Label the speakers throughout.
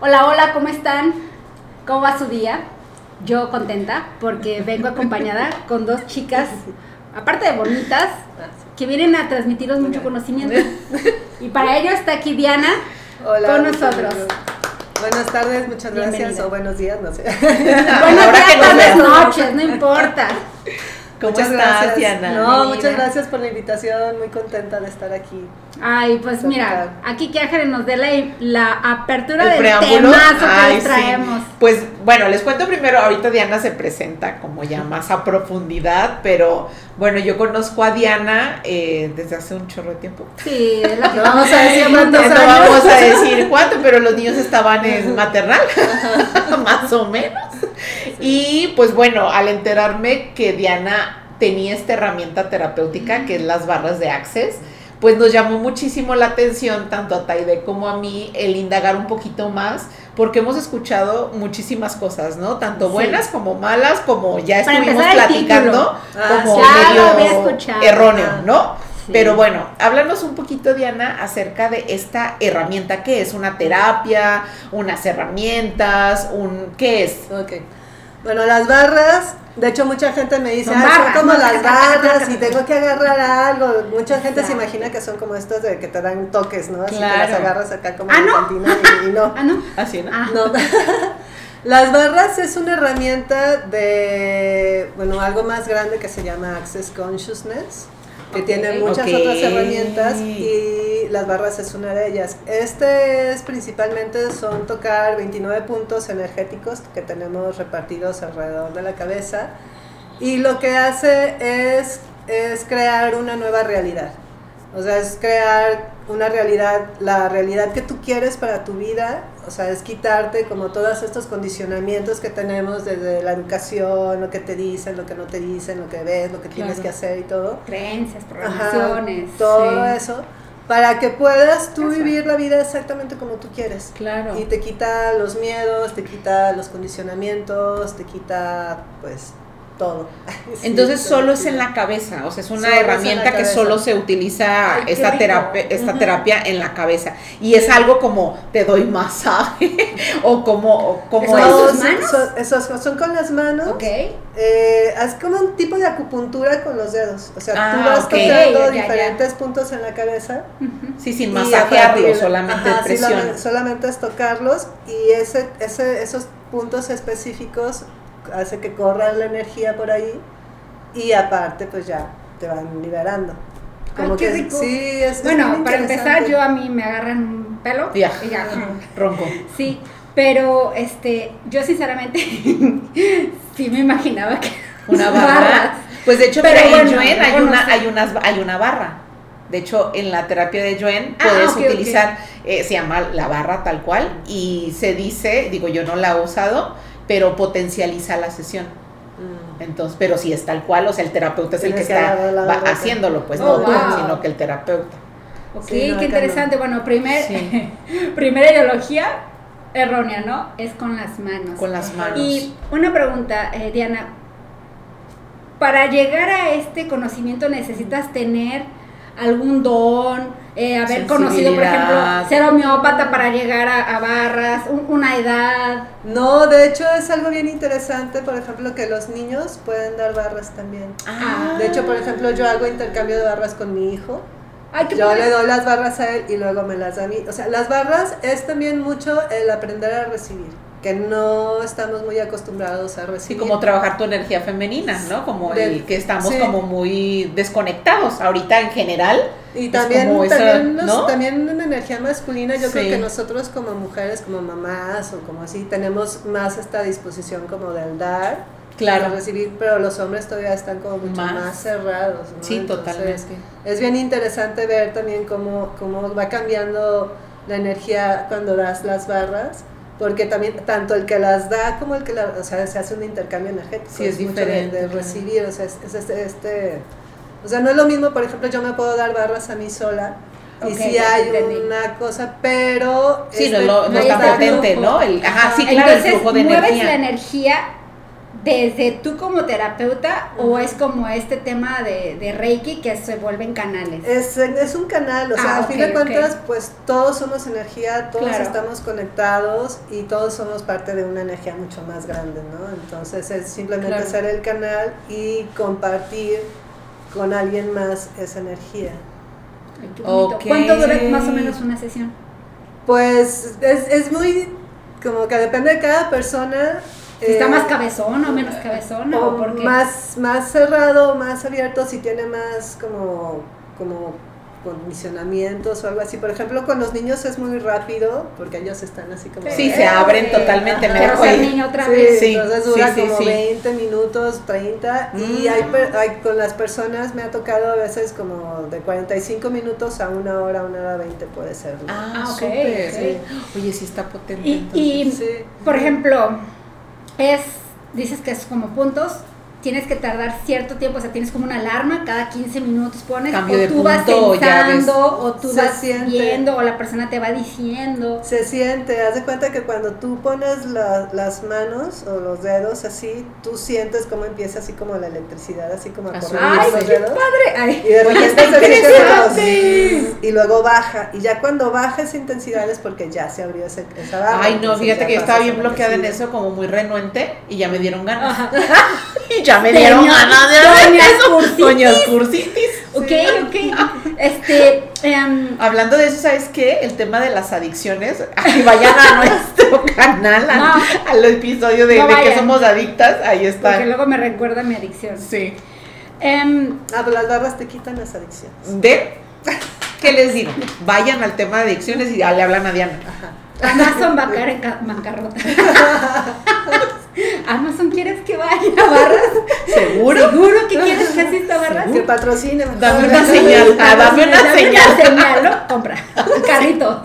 Speaker 1: Hola, hola, ¿cómo están? ¿Cómo va su día? Yo contenta porque vengo acompañada con dos chicas, aparte de bonitas, que vienen a transmitiros mucho conocimiento. Y para ello está aquí Diana
Speaker 2: Hola,
Speaker 1: con
Speaker 2: muchas
Speaker 1: nosotros.
Speaker 2: gracias. Buenas tardes, muchas gracias
Speaker 1: Bienvenida.
Speaker 2: o buenos días, no sé.
Speaker 1: Buenos días,
Speaker 3: nos
Speaker 1: tardes,
Speaker 3: veas.
Speaker 1: noches, no importa.
Speaker 3: ¿Cómo
Speaker 2: muchas
Speaker 3: estás,
Speaker 2: gracias.
Speaker 3: Diana?
Speaker 2: No,
Speaker 1: Bienvenida.
Speaker 2: muchas gracias por la invitación, muy contenta de estar aquí.
Speaker 1: Ay, pues mira, aquí que Ángel nos dé la, la apertura del temazo que
Speaker 3: Ay,
Speaker 1: les
Speaker 3: sí.
Speaker 1: traemos.
Speaker 3: Pues bueno, les cuento primero, ahorita Diana se presenta como ya más a profundidad, pero bueno, yo conozco a Diana eh, desde hace un chorro de tiempo.
Speaker 1: Sí, es la que
Speaker 2: No vamos a decir
Speaker 3: No
Speaker 2: cuántos años.
Speaker 3: vamos a decir cuánto, pero los niños estaban en maternal, más o menos. Y pues bueno, al enterarme que Diana tenía esta herramienta terapéutica que es las barras de Access, pues nos llamó muchísimo la atención tanto a Taide como a mí el indagar un poquito más porque hemos escuchado muchísimas cosas, ¿no? Tanto
Speaker 1: Sí.
Speaker 3: buenas como malas, como ya
Speaker 1: Para
Speaker 3: estuvimos
Speaker 1: empezar, el
Speaker 3: platicando,
Speaker 2: título. Ah,
Speaker 3: como
Speaker 2: sí. Ya
Speaker 1: lo había
Speaker 3: medio
Speaker 1: escuchado.
Speaker 3: erróneo,
Speaker 2: Ah.
Speaker 3: ¿no?
Speaker 1: Sí.
Speaker 3: Pero bueno, háblanos un poquito, Diana, acerca de esta herramienta. ¿Qué es? ¿Una terapia? ¿Unas herramientas? Un, ¿Qué es?
Speaker 2: Ok. Bueno, las barras, de hecho mucha gente me dice,
Speaker 1: Son
Speaker 2: "Ay,
Speaker 1: barras,
Speaker 2: son como
Speaker 1: ¿no?
Speaker 2: las barras y tengo que agarrar algo. Mucha gente se imagina que son como estas de que te dan toques, ¿no? Así que las
Speaker 3: Claro.
Speaker 2: agarras acá como
Speaker 1: Ah,
Speaker 2: en
Speaker 1: ¿no?
Speaker 2: cantina y, y no.
Speaker 1: Ah, no.
Speaker 3: Así, ¿no?
Speaker 1: Ah,
Speaker 2: No. Las barras es una herramienta de, bueno, algo más grande que se llama Access Consciousness, que
Speaker 1: Ok.
Speaker 2: tiene muchas
Speaker 3: Ok.
Speaker 2: otras herramientas y las barras es una de ellas. Este es principalmente son tocar 29 puntos energéticos que tenemos repartidos alrededor de la cabeza y lo que hace es, es crear una nueva realidad. O sea, es crear una realidad, la realidad que tú quieres para tu vida. O sea, es quitarte como todos estos condicionamientos que tenemos desde la educación, lo que te dicen, lo que no te dicen, lo que ves, lo que tienes
Speaker 1: Claro.
Speaker 2: que hacer y todo.
Speaker 1: creencias,
Speaker 2: Ajá,
Speaker 1: programaciones.
Speaker 2: todo
Speaker 1: sí.
Speaker 2: eso. Para que puedas tú
Speaker 1: Eso.
Speaker 2: vivir la vida exactamente como tú quieres.
Speaker 1: Claro.
Speaker 2: Y te quita los miedos, te quita los condicionamientos, te quita pues todo. Sí,
Speaker 3: Entonces
Speaker 2: te
Speaker 3: solo
Speaker 2: lo
Speaker 3: es en
Speaker 2: quita.
Speaker 3: la cabeza, o sea, es una
Speaker 2: Solo es en la
Speaker 3: herramienta que
Speaker 2: cabeza.
Speaker 3: solo se utiliza
Speaker 1: Ay, qué
Speaker 3: esta,
Speaker 1: rico.
Speaker 3: terapia, esta
Speaker 1: Ujú.
Speaker 3: terapia en la cabeza. Y es algo como te doy masaje o como... o como
Speaker 1: ¿Son
Speaker 3: es-
Speaker 1: sus
Speaker 2: sí,
Speaker 1: manos?
Speaker 2: Son, esos- son con las manos.
Speaker 1: Ok.
Speaker 2: Eh, haz como un tipo de acupuntura con los dedos. O sea,
Speaker 3: Ah,
Speaker 2: tú vas
Speaker 3: ok.
Speaker 2: tocando
Speaker 1: Ya, ya, ya.
Speaker 2: diferentes puntos en la cabeza.
Speaker 1: Ujú.
Speaker 3: sí, sin
Speaker 2: y
Speaker 3: masajearlo,
Speaker 2: aparte-
Speaker 3: solamente
Speaker 2: Ajá, sí,
Speaker 3: presión.
Speaker 2: solamente- solamente es tocarlos y ese, ese, esos puntos específicos hace que corra la energía por ahí y aparte pues ya te van liberando.
Speaker 1: Ay, qué
Speaker 2: que
Speaker 1: rico.
Speaker 2: sí, es- es
Speaker 1: Bueno,
Speaker 2: bien
Speaker 1: para empezar,
Speaker 2: interesante.
Speaker 1: yo a mí me agarran un pelo.
Speaker 3: Ya.
Speaker 1: y ya.
Speaker 3: Ronco.
Speaker 1: Sí, pero este, yo sinceramente sí me imaginaba que.
Speaker 3: Una barra.
Speaker 1: Barras.
Speaker 3: Pues de hecho,
Speaker 1: Pero
Speaker 3: mira, en
Speaker 1: bueno,
Speaker 3: Joen hay,
Speaker 1: bueno,
Speaker 3: una,
Speaker 1: sí.
Speaker 3: hay, unas, hay una barra. De hecho, en la terapia de Joen
Speaker 1: Ah,
Speaker 3: puedes
Speaker 1: ok, ok.
Speaker 3: utilizar, eh, se llama la barra tal cual, y se dice, digo, yo no la he usado, pero potencializa la sesión.
Speaker 2: Mm.
Speaker 3: Entonces, pero si es tal cual, o sea, el terapeuta es el que,
Speaker 2: Tienes que
Speaker 3: está
Speaker 2: agarrar la
Speaker 3: va-
Speaker 2: barra.
Speaker 3: haciéndolo, pues
Speaker 1: Oh,
Speaker 3: no tú,
Speaker 1: wow.
Speaker 3: sino que el terapeuta.
Speaker 1: Ok,
Speaker 2: Sí, no,
Speaker 1: qué
Speaker 2: acá
Speaker 1: interesante. Bueno, primer,
Speaker 3: Sí.
Speaker 1: primera ideología errónea, ¿no? Es con las manos.
Speaker 3: Con las manos.
Speaker 1: Y una pregunta, eh, Diana. Para llegar a este conocimiento necesitas tener algún don, eh, haber conocido, por ejemplo,
Speaker 3: Sensibilidad.
Speaker 1: ser homeópata para llegar a, a barras, un- una edad.
Speaker 2: No, de hecho es algo bien interesante, por ejemplo, que los niños pueden dar barras también.
Speaker 1: Ah.
Speaker 2: De hecho, por ejemplo, yo hago intercambio de barras con mi hijo.
Speaker 1: Ay, qué
Speaker 2: Yo
Speaker 1: padre.
Speaker 2: le doy las barras a él y luego me las da a mí. O sea, las barras es también mucho el aprender a recibir, que no estamos muy acostumbrados a
Speaker 3: Sí,
Speaker 2: recibir.
Speaker 3: como trabajar tu energía femenina, ¿no? Como
Speaker 2: De-
Speaker 3: el que estamos
Speaker 2: sí.
Speaker 3: como muy desconectados ahorita en general.
Speaker 2: y
Speaker 3: es
Speaker 2: también,
Speaker 3: como esa,
Speaker 2: también, nos-
Speaker 3: ¿no?
Speaker 2: también en energía masculina, yo
Speaker 3: Sí.
Speaker 2: creo que nosotros como mujeres, como mamás o como así, tenemos más esta disposición como del dar.
Speaker 3: Claro.
Speaker 2: de recibir, pero los hombres todavía están como mucho
Speaker 3: Más.
Speaker 2: más, cerrados. ¿no?
Speaker 3: Sí,
Speaker 2: Entonces,
Speaker 3: totalmente.
Speaker 2: Es bien interesante ver también cómo, cómo va cambiando la energía cuando das las barras, porque también tanto el que las da como el que las, o sea, se hace un intercambio energético.
Speaker 3: Sí, es
Speaker 2: mucho de-
Speaker 3: diferente,
Speaker 2: De,
Speaker 3: claro.
Speaker 2: recibir, o sea, es, es este, este- o sea, no es lo mismo, por ejemplo, yo me puedo dar barras a mí sola.
Speaker 1: Ok,
Speaker 2: Y sí
Speaker 1: ya te
Speaker 2: hay
Speaker 1: entendí.
Speaker 2: una cosa, pero...
Speaker 3: Sí,
Speaker 2: este-
Speaker 3: no, es lo- no
Speaker 1: ahí
Speaker 3: es tan
Speaker 1: está el
Speaker 3: potente,
Speaker 1: flujo. Ah,
Speaker 3: ¿no? El, ajá, sí, claro,
Speaker 1: Entonces,
Speaker 3: el flujo de
Speaker 1: mueves
Speaker 3: energía.
Speaker 1: la energía desde tú como terapeuta o es como este tema de, de Reiki que se vuelven canales.
Speaker 2: Es, es un canal, o sea,
Speaker 1: Ah,
Speaker 2: a
Speaker 1: ok,
Speaker 2: fin de cuentas,
Speaker 1: ok.
Speaker 2: pues todos somos energía, todos
Speaker 1: Claro.
Speaker 2: estamos conectados y todos somos parte de una energía mucho más grande, ¿no? Entonces es simplemente
Speaker 1: Claro.
Speaker 2: hacer el canal y compartir con alguien más esa energía.
Speaker 1: Ay, qué bonito.
Speaker 3: Ok.
Speaker 1: ¿Cuánto dura más o menos una sesión?
Speaker 2: Pues es, es muy, como que depende de cada persona.
Speaker 1: Si ¿Está
Speaker 2: eh,
Speaker 1: más cabezón o menos cabezón?
Speaker 2: o
Speaker 1: ¿O por qué?
Speaker 2: más, más cerrado, más abierto, si tiene más como, como condicionamientos o algo así. Por ejemplo, con los niños es muy rápido porque ellos están así como...
Speaker 3: Sí,
Speaker 2: "Eh,
Speaker 3: se abren
Speaker 2: eh,
Speaker 3: totalmente,
Speaker 2: ajá".
Speaker 3: me
Speaker 1: Quiero ser
Speaker 3: acuerdo.
Speaker 1: niño otra
Speaker 2: Sí,
Speaker 1: vez.
Speaker 3: Sí,
Speaker 2: entonces
Speaker 3: sí,
Speaker 2: dura
Speaker 3: sí,
Speaker 2: como
Speaker 3: sí.
Speaker 2: 20 minutos, 30 y
Speaker 3: Mm.
Speaker 2: hay, per- hay- con las personas me ha tocado a veces como de 45 minutos a una hora, una hora 20 puede ser. ¿no?
Speaker 3: Ah,
Speaker 1: Ah, ok,
Speaker 3: súper.
Speaker 1: ok.
Speaker 3: Oye, sí está potente.
Speaker 1: Y, y,
Speaker 2: Sí.
Speaker 1: por ejemplo, es, dices que es como puntos, tienes que tardar cierto tiempo, o sea, tienes como una alarma, cada 15 minutos pones,
Speaker 3: Cambio
Speaker 1: o
Speaker 3: de
Speaker 1: tú vas
Speaker 3: punto, ya ves.
Speaker 1: pensando, o tú
Speaker 2: Se
Speaker 1: vas
Speaker 2: siente.
Speaker 1: viendo, o la persona te va diciendo.
Speaker 2: Se siente, haz de cuenta que cuando tú pones la- las manos o los dedos así, tú sientes cómo empieza así como la electricidad, así como a
Speaker 3: A
Speaker 2: correr
Speaker 3: subir,
Speaker 2: por
Speaker 1: ¡Ay,
Speaker 2: los
Speaker 1: qué
Speaker 2: dedos.
Speaker 1: padre! Ay,
Speaker 2: Y de
Speaker 3: Oye,
Speaker 2: repente
Speaker 3: está
Speaker 2: se siente como-
Speaker 3: interesante.
Speaker 2: Y luego baja. Y ya cuando baja esa intensidad es porque ya se abrió ese- esa barra.
Speaker 3: Ay, no,
Speaker 2: entonces
Speaker 3: fíjate
Speaker 2: ya
Speaker 3: que yo estaba
Speaker 2: pasas
Speaker 3: bien
Speaker 2: a la
Speaker 3: bloqueada en
Speaker 2: siguiente.
Speaker 3: eso, como muy renuente, y ya me dieron ganas.
Speaker 1: Ajá.
Speaker 3: Y ya me
Speaker 1: Señor-
Speaker 3: dieron ganas de hacer
Speaker 1: doña
Speaker 3: eso.
Speaker 1: cursitis.
Speaker 3: Doña cursitis.
Speaker 1: Ok, ok. Este, em,
Speaker 3: Hablando de eso, ¿sabes qué? El tema de las adicciones. Ay, vayan a nuestro canal, a-
Speaker 1: No.
Speaker 3: al episodio de,
Speaker 1: No
Speaker 3: de que
Speaker 1: vayan.
Speaker 3: somos adictas. Ahí
Speaker 1: porque
Speaker 3: está.
Speaker 1: luego me recuerda mi adicción.
Speaker 3: Sí.
Speaker 1: Em,
Speaker 2: Ah, pero las barras te quitan las adicciones.
Speaker 3: ¿De? ¿Qué les digo? Vayan al tema de adicciones y ya le hablan a Diana.
Speaker 1: Amazon va a caer en ca- bancarrota. Amazon, ¿quieres que vaya a barras?
Speaker 3: ¿Seguro?
Speaker 1: ¿Seguro que quieres que asista a barras?
Speaker 2: Que patrocine. mejor.
Speaker 3: Dame una señal. Ah, dame una señal.
Speaker 1: señal, ¿no? Compra. Carritos.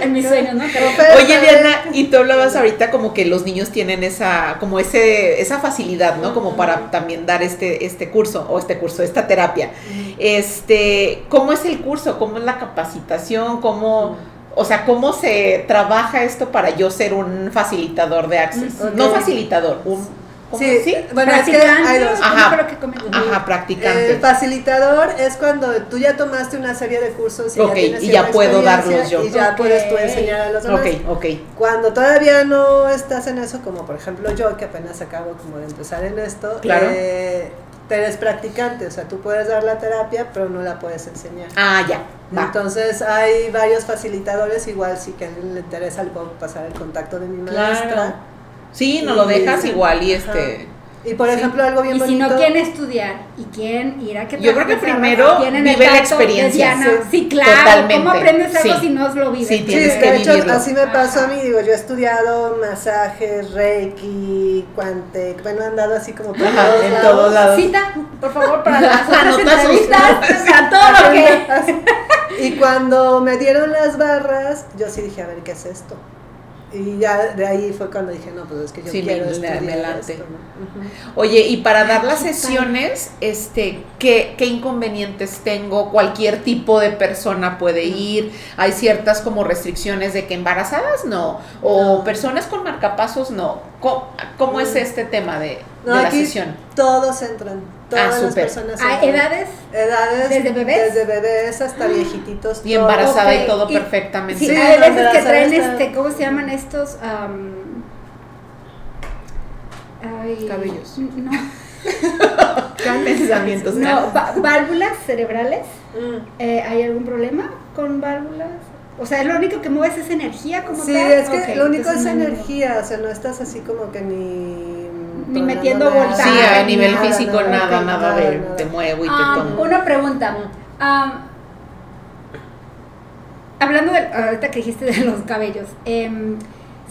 Speaker 1: En mis sueños, ¿no? Carritos.
Speaker 2: Pero-
Speaker 3: Oye Diana, y tú hablabas ahorita como que los niños tienen esa, como ese, esa facilidad, ¿no? Como para también dar este, este curso, o este curso, esta terapia. Este, ¿cómo es el curso? ¿Cómo es la capacitación? ¿Cómo, o sea, cómo se trabaja esto para yo ser un facilitador de Access?
Speaker 2: Mm,
Speaker 3: No
Speaker 2: ok.
Speaker 3: facilitador, un ¿cómo
Speaker 2: Sí,
Speaker 3: sí?
Speaker 2: bueno, es que hay dos.
Speaker 3: Ajá.
Speaker 1: Ajá. Lo que comentó.
Speaker 3: Ajá, practicante.
Speaker 2: El facilitador es cuando tú ya tomaste una serie de cursos y
Speaker 3: Ok,
Speaker 2: ya tienes
Speaker 3: y ya
Speaker 2: cierta
Speaker 3: puedo
Speaker 2: experiencia
Speaker 3: darlos yo.
Speaker 2: Y ya
Speaker 1: Ok.
Speaker 2: puedes tú enseñar a los demás.
Speaker 3: ok, ok.
Speaker 2: Cuando todavía no estás en eso, como por ejemplo yo, que apenas acabo como de empezar en esto,
Speaker 3: Claro.
Speaker 2: eh, te eres practicante, o sea, tú puedes dar la terapia, pero no la puedes enseñar.
Speaker 3: Ah, ya. Va.
Speaker 2: Entonces hay varios facilitadores, igual si que a alguien le interesa, le puedo pasar el contacto de mi maestra.
Speaker 3: Claro. Sí, no lo
Speaker 2: Y-
Speaker 3: dejas igual y
Speaker 2: Ajá.
Speaker 3: este.
Speaker 2: Y por
Speaker 3: Sí.
Speaker 2: ejemplo, algo bien
Speaker 1: Y si
Speaker 2: bonito.
Speaker 1: no quieren estudiar y quieren ir a que
Speaker 3: Yo creo que
Speaker 1: practiquen
Speaker 3: primero
Speaker 1: barras, tienen el
Speaker 3: vive la
Speaker 1: tacto de
Speaker 3: experiencia.
Speaker 1: Diana.
Speaker 3: Sí,
Speaker 1: Sí, claro.
Speaker 3: totalmente.
Speaker 1: ¿Cómo aprendes algo
Speaker 3: Sí.
Speaker 1: si no lo vives? Pues,
Speaker 3: Sí,
Speaker 2: Sí,
Speaker 3: tienes
Speaker 2: de
Speaker 3: que
Speaker 2: hecho,
Speaker 3: vivirlo.
Speaker 2: así me pasó a mí,
Speaker 1: Ajá.
Speaker 2: digo, yo he estudiado masajes, reiki, cuantec, bueno, he andado así como por
Speaker 3: Ajá,
Speaker 2: todos
Speaker 3: en
Speaker 2: lados.
Speaker 3: todos lados.
Speaker 1: Cita, por favor, para las otras
Speaker 3: Anotas sus-
Speaker 1: entrevistas, para todo lo que...
Speaker 2: Y cuando me dieron las barras, yo sí dije, a ver, ¿qué es esto? Y ya de ahí fue cuando dije, no, pues es que yo
Speaker 3: Sí, me-
Speaker 2: quiero
Speaker 3: me-
Speaker 2: estudiar
Speaker 3: me late.
Speaker 2: esto, ¿no? Ujú.
Speaker 3: Oye, y para dar las
Speaker 1: qué padre.
Speaker 3: sesiones, este, ¿qué, qué inconvenientes tengo? ¿Cualquier tipo de persona puede ir? ¿Hay ciertas como restricciones de que embarazadas no? ¿O
Speaker 2: No.
Speaker 3: personas con marcapasos no? ¿Cómo, cómo es
Speaker 2: Mm.
Speaker 3: este tema de,
Speaker 2: No,
Speaker 3: de la
Speaker 2: aquí
Speaker 3: sesión?
Speaker 2: todos entran, todas las
Speaker 3: Ah, súper. Ah,
Speaker 2: personas
Speaker 1: ¿A
Speaker 2: entran.
Speaker 1: edades?
Speaker 2: Edades,
Speaker 1: ¿Desde bebés?
Speaker 2: Desde bebés hasta viejititos.
Speaker 3: Y
Speaker 2: todos.
Speaker 3: embarazada y
Speaker 1: ok.
Speaker 3: todo
Speaker 1: Y-
Speaker 3: perfectamente. Ah,
Speaker 1: Sí,
Speaker 2: Sí,
Speaker 1: hay
Speaker 2: la
Speaker 1: veces que
Speaker 2: embarazada
Speaker 1: traen
Speaker 2: está-
Speaker 1: este, ¿cómo se llaman estos? Am, ay,
Speaker 3: Cabellos.
Speaker 1: No,
Speaker 3: Pensamientos.
Speaker 1: no, va- válvulas cerebrales.
Speaker 2: Mm.
Speaker 1: Eh, ¿Hay algún problema con válvulas? O sea, lo único que mueves es energía como
Speaker 2: Sí,
Speaker 1: tal.
Speaker 2: es que
Speaker 1: Ok,
Speaker 2: lo único es
Speaker 1: entonces no, no, no.
Speaker 2: energía, o sea, no estás así como que ni...
Speaker 1: Ni
Speaker 2: tronando
Speaker 1: metiendo
Speaker 2: nada,
Speaker 1: voltaje,
Speaker 3: Sí, a
Speaker 1: Nada,
Speaker 3: nivel
Speaker 1: nada,
Speaker 3: físico nada, nada,
Speaker 2: ok,
Speaker 3: de
Speaker 2: nada.
Speaker 3: te muevo y
Speaker 1: Ah,
Speaker 3: te tomo.
Speaker 1: Una pregunta. Ah, hablando de, ahorita que dijiste de los cabellos, em,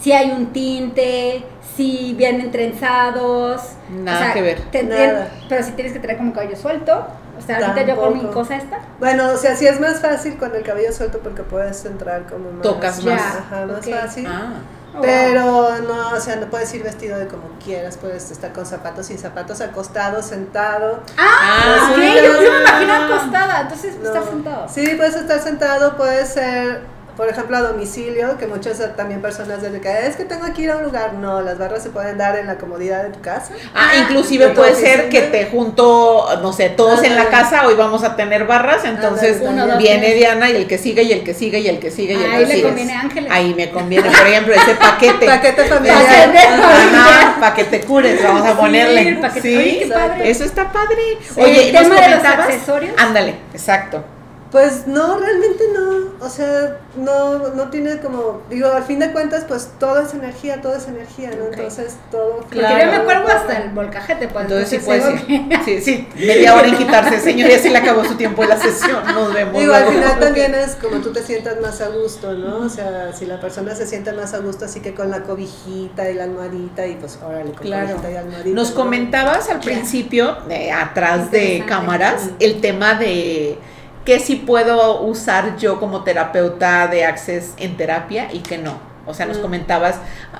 Speaker 1: si hay un tinte, si vienen trenzados.
Speaker 3: Nada que ver.
Speaker 1: te-
Speaker 2: Nada.
Speaker 1: Pero si tienes que traer como cabello suelto. O sea, ahorita yo con mi
Speaker 2: Tampoco.
Speaker 1: cosa esta.
Speaker 2: Bueno, o sea, sí es más fácil con el cabello suelto porque puedes entrar como más...
Speaker 3: Tocas
Speaker 1: más.
Speaker 2: Ajá, más
Speaker 1: Ya, ok.
Speaker 2: fácil.
Speaker 3: Ah.
Speaker 1: Oh,
Speaker 2: Pero no, o sea, no puedes ir vestido de como quieras, puedes estar con zapatos, sin zapatos, acostado, sentado.
Speaker 3: Ah,
Speaker 1: wow. Ok, yo, yo me imagino acostada, entonces
Speaker 2: No.
Speaker 1: pues, estar sentado.
Speaker 2: Sí, puedes estar sentado, puedes ser por ejemplo, a domicilio, que muchas también personas desde que es que tengo que ir a un lugar, no, las barras se pueden dar en la comodidad de tu casa.
Speaker 3: Ah, inclusive
Speaker 2: de tu
Speaker 3: puede ser
Speaker 2: oficina.
Speaker 3: que te junto, no sé, todos en la
Speaker 2: Ándale.
Speaker 3: casa, hoy vamos a tener barras, entonces
Speaker 1: Ándale, uno, dos,
Speaker 3: viene
Speaker 1: tres.
Speaker 3: Diana y el que sigue y el que sigue y el que sigue y el
Speaker 1: Ahí
Speaker 3: que
Speaker 1: le
Speaker 3: sigue.
Speaker 1: conviene a Ángeles.
Speaker 3: Ahí me conviene, por ejemplo, ese paquete.
Speaker 2: Paquete familiar.
Speaker 1: Paquete familiar.
Speaker 3: Ajá, para que te cures, vamos a
Speaker 1: Sí,
Speaker 3: ponerle.
Speaker 1: para que-
Speaker 3: Sí,
Speaker 1: oye, qué padre.
Speaker 3: Eso está padre.
Speaker 1: Sí,
Speaker 3: Oye,
Speaker 1: el
Speaker 3: ¿nos
Speaker 1: tema de los
Speaker 3: comentabas?
Speaker 1: accesorios.
Speaker 3: Ándale, exacto.
Speaker 2: Pues no, realmente no. O sea, no, no tiene como, digo, al fin de cuentas, pues todo es energía, todo es energía, ¿no?
Speaker 3: Ok.
Speaker 2: Entonces todo
Speaker 1: Porque
Speaker 3: Claro.
Speaker 1: yo me acuerdo hasta el volcajete. Pues,
Speaker 3: Entonces sí puede
Speaker 1: puedes
Speaker 3: ser. Sí, sí, media hora en quitarse. Señor, ya se le acabó su tiempo de la sesión. Nos vemos.
Speaker 2: Digo, al
Speaker 3: luego.
Speaker 2: final también es como tú te sientas más a gusto, ¿no? O sea, si la persona se siente más a gusto, así que con la cobijita y la almohadita y pues órale, con
Speaker 3: Claro.
Speaker 2: cobijita y almohadita.
Speaker 3: Nos
Speaker 2: ¿no?
Speaker 3: comentabas al principio, eh, atrás de
Speaker 1: Interesante.
Speaker 3: cámaras, el tema de qué sí puedo usar yo como terapeuta de Access en terapia y qué no. O sea, nos
Speaker 2: Mm.
Speaker 3: comentabas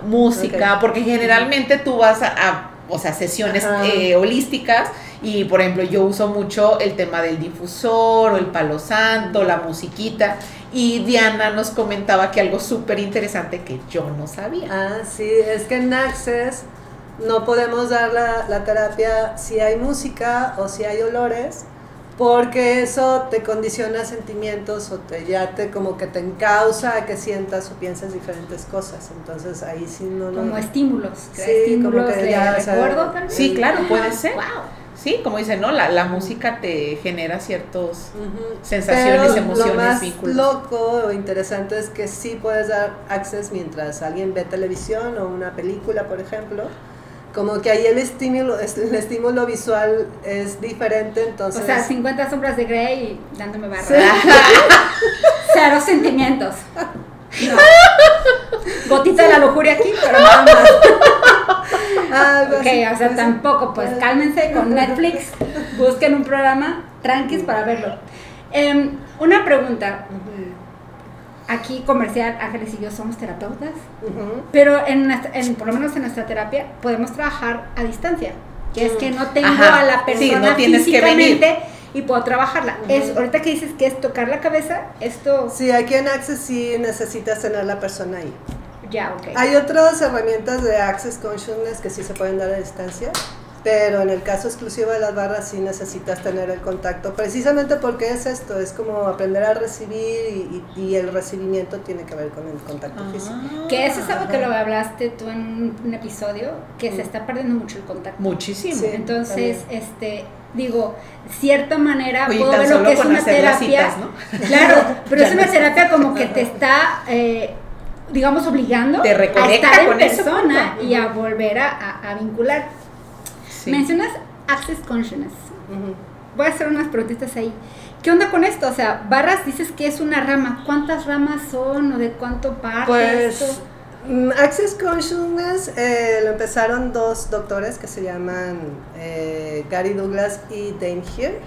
Speaker 3: música,
Speaker 2: Ok.
Speaker 3: porque generalmente tú vas a, a, o sea, sesiones
Speaker 2: Ajá.
Speaker 3: eh, holísticas y, por ejemplo, yo uso mucho el tema del difusor o el palo santo, la musiquita. Y Diana nos comentaba que algo súper interesante que yo no sabía.
Speaker 2: Ah, sí, es que en Access no podemos dar la, la terapia si hay música o si hay olores, porque eso te condiciona sentimientos o te, ya te como que te encausa a que sientas o pienses diferentes cosas. Entonces ahí sí no lo...
Speaker 1: Como estímulos.
Speaker 2: Sí,
Speaker 1: estímulos
Speaker 2: como que
Speaker 1: de
Speaker 2: ya, o sea,
Speaker 1: recuerdo también.
Speaker 3: Sí, claro, puede ser.
Speaker 1: Wow.
Speaker 3: Sí, como dicen, ¿no? La, la música te genera ciertos...
Speaker 2: Ujú.
Speaker 3: Sensaciones,
Speaker 2: Pero
Speaker 3: emociones,
Speaker 2: lo más
Speaker 3: vínculos.
Speaker 2: loco o interesante es que sí puedes dar access mientras alguien ve televisión o una película, por ejemplo. Como que ahí el estímulo, es- el estímulo visual es diferente,
Speaker 1: O
Speaker 2: entonces...
Speaker 1: sea, 50 sombras de Grey y dándome barra. Cero sentimientos. No. Gotita de la lujuria aquí, pero nada más.
Speaker 2: algo
Speaker 1: Ok,
Speaker 2: así,
Speaker 1: o sea,
Speaker 2: pues,
Speaker 1: tampoco, pues cálmense con Netflix, busquen un programa tranquis para verlo. Em, una pregunta,
Speaker 2: ujú,
Speaker 1: aquí comercial, Ángeles y yo somos terapeutas,
Speaker 2: ujú.
Speaker 1: pero en, nuestra- en- por lo menos en nuestra terapia podemos trabajar a distancia, que es que no tengo
Speaker 3: Ajá,
Speaker 1: a la
Speaker 3: sí,
Speaker 1: persona
Speaker 3: no tienes que venir.
Speaker 1: físicamente y puedo trabajarla.
Speaker 2: Ujú.
Speaker 1: Es ahorita que dices que es tocar la cabeza, esto
Speaker 2: Sí, aquí en Access sí necesitas tener la persona ahí.
Speaker 1: ya, ok.
Speaker 2: Hay otras herramientas de Access Consciousness que sí se pueden dar a distancia, pero en el caso exclusivo de las barras sí necesitas tener el contacto, precisamente porque es esto, es como aprender a recibir y, y- y el recibimiento tiene que ver con el contacto
Speaker 3: Ah.
Speaker 2: físico.
Speaker 1: Ah. Que eso es algo que lo hablaste tú en un episodio, que se está perdiendo mucho el contacto.
Speaker 3: Muchísimo.
Speaker 2: Sí.
Speaker 1: Entonces, este, digo, cierta manera
Speaker 3: Oye,
Speaker 1: puedo
Speaker 3: tan
Speaker 1: ver lo
Speaker 3: solo
Speaker 1: que es
Speaker 3: con
Speaker 1: una
Speaker 3: hacer las
Speaker 1: terapia.
Speaker 3: citas, ¿no?
Speaker 1: Claro, pero
Speaker 3: Ya
Speaker 1: es
Speaker 3: no
Speaker 1: una
Speaker 3: es-
Speaker 1: terapia como que te está eh, digamos obligando
Speaker 3: Te
Speaker 1: a
Speaker 3: reconecta
Speaker 1: estar en
Speaker 3: con eso,
Speaker 1: persona
Speaker 3: punto.
Speaker 1: y a volver a, a- a vincular.
Speaker 3: Sí.
Speaker 1: Mencionas access consciousness.
Speaker 2: Ujú.
Speaker 1: Voy a hacer unas preguntitas ahí. ¿Qué onda con esto? O sea, barras dices que es una rama. ¿Cuántas ramas son o de cuánto parte
Speaker 2: Pues
Speaker 1: esto?
Speaker 2: mm, Access Consciousness eh, lo empezaron dos doctores que se llaman eh, Gary Douglas y Dane Heer.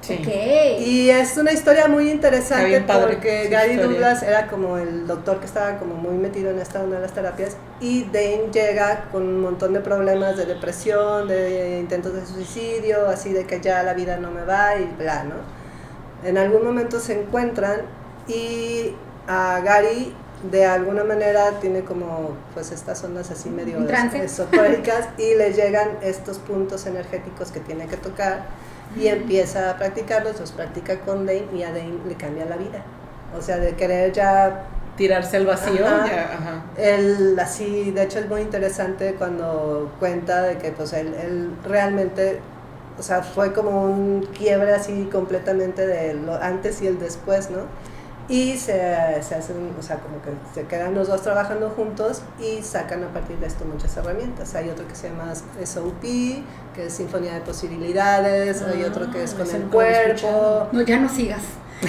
Speaker 3: Sí.
Speaker 1: Ok.
Speaker 2: Y es una historia muy
Speaker 3: Está
Speaker 2: interesante
Speaker 3: bien padre
Speaker 2: porque
Speaker 3: su
Speaker 2: Gary
Speaker 3: historia.
Speaker 2: Douglas era como el doctor que estaba como muy metido en esta una de las terapias y Dane llega con un montón de problemas de depresión, de intentos de suicidio, así de que ya la vida no me va y bla, ¿no? En algún momento se encuentran y a Gary de alguna manera tiene como pues estas ondas así medio
Speaker 1: Un trance.
Speaker 2: esotéricas y le llegan estos puntos energéticos que tiene que tocar y empieza a practicarlos, los practica con Dane y a Dane le cambia la vida. O sea, de querer ya
Speaker 3: Tirarse al vacío.
Speaker 2: Ajá.
Speaker 3: ya, ajá.
Speaker 2: él así, de hecho es muy interesante cuando cuenta de que pues él, él realmente, o sea, fue como un quiebre así completamente de lo antes y el después, ¿no? Y se, se hacen, o sea, como que se quedan los dos trabajando juntos y sacan a partir de esto muchas herramientas. Hay otro que se llama SOP, que es Sinfonía de Posibilidades, hay otro que es
Speaker 3: Ah,
Speaker 2: con
Speaker 3: ese
Speaker 2: el
Speaker 3: nunca lo he escuchado.
Speaker 2: cuerpo.
Speaker 1: No, ya no sigas.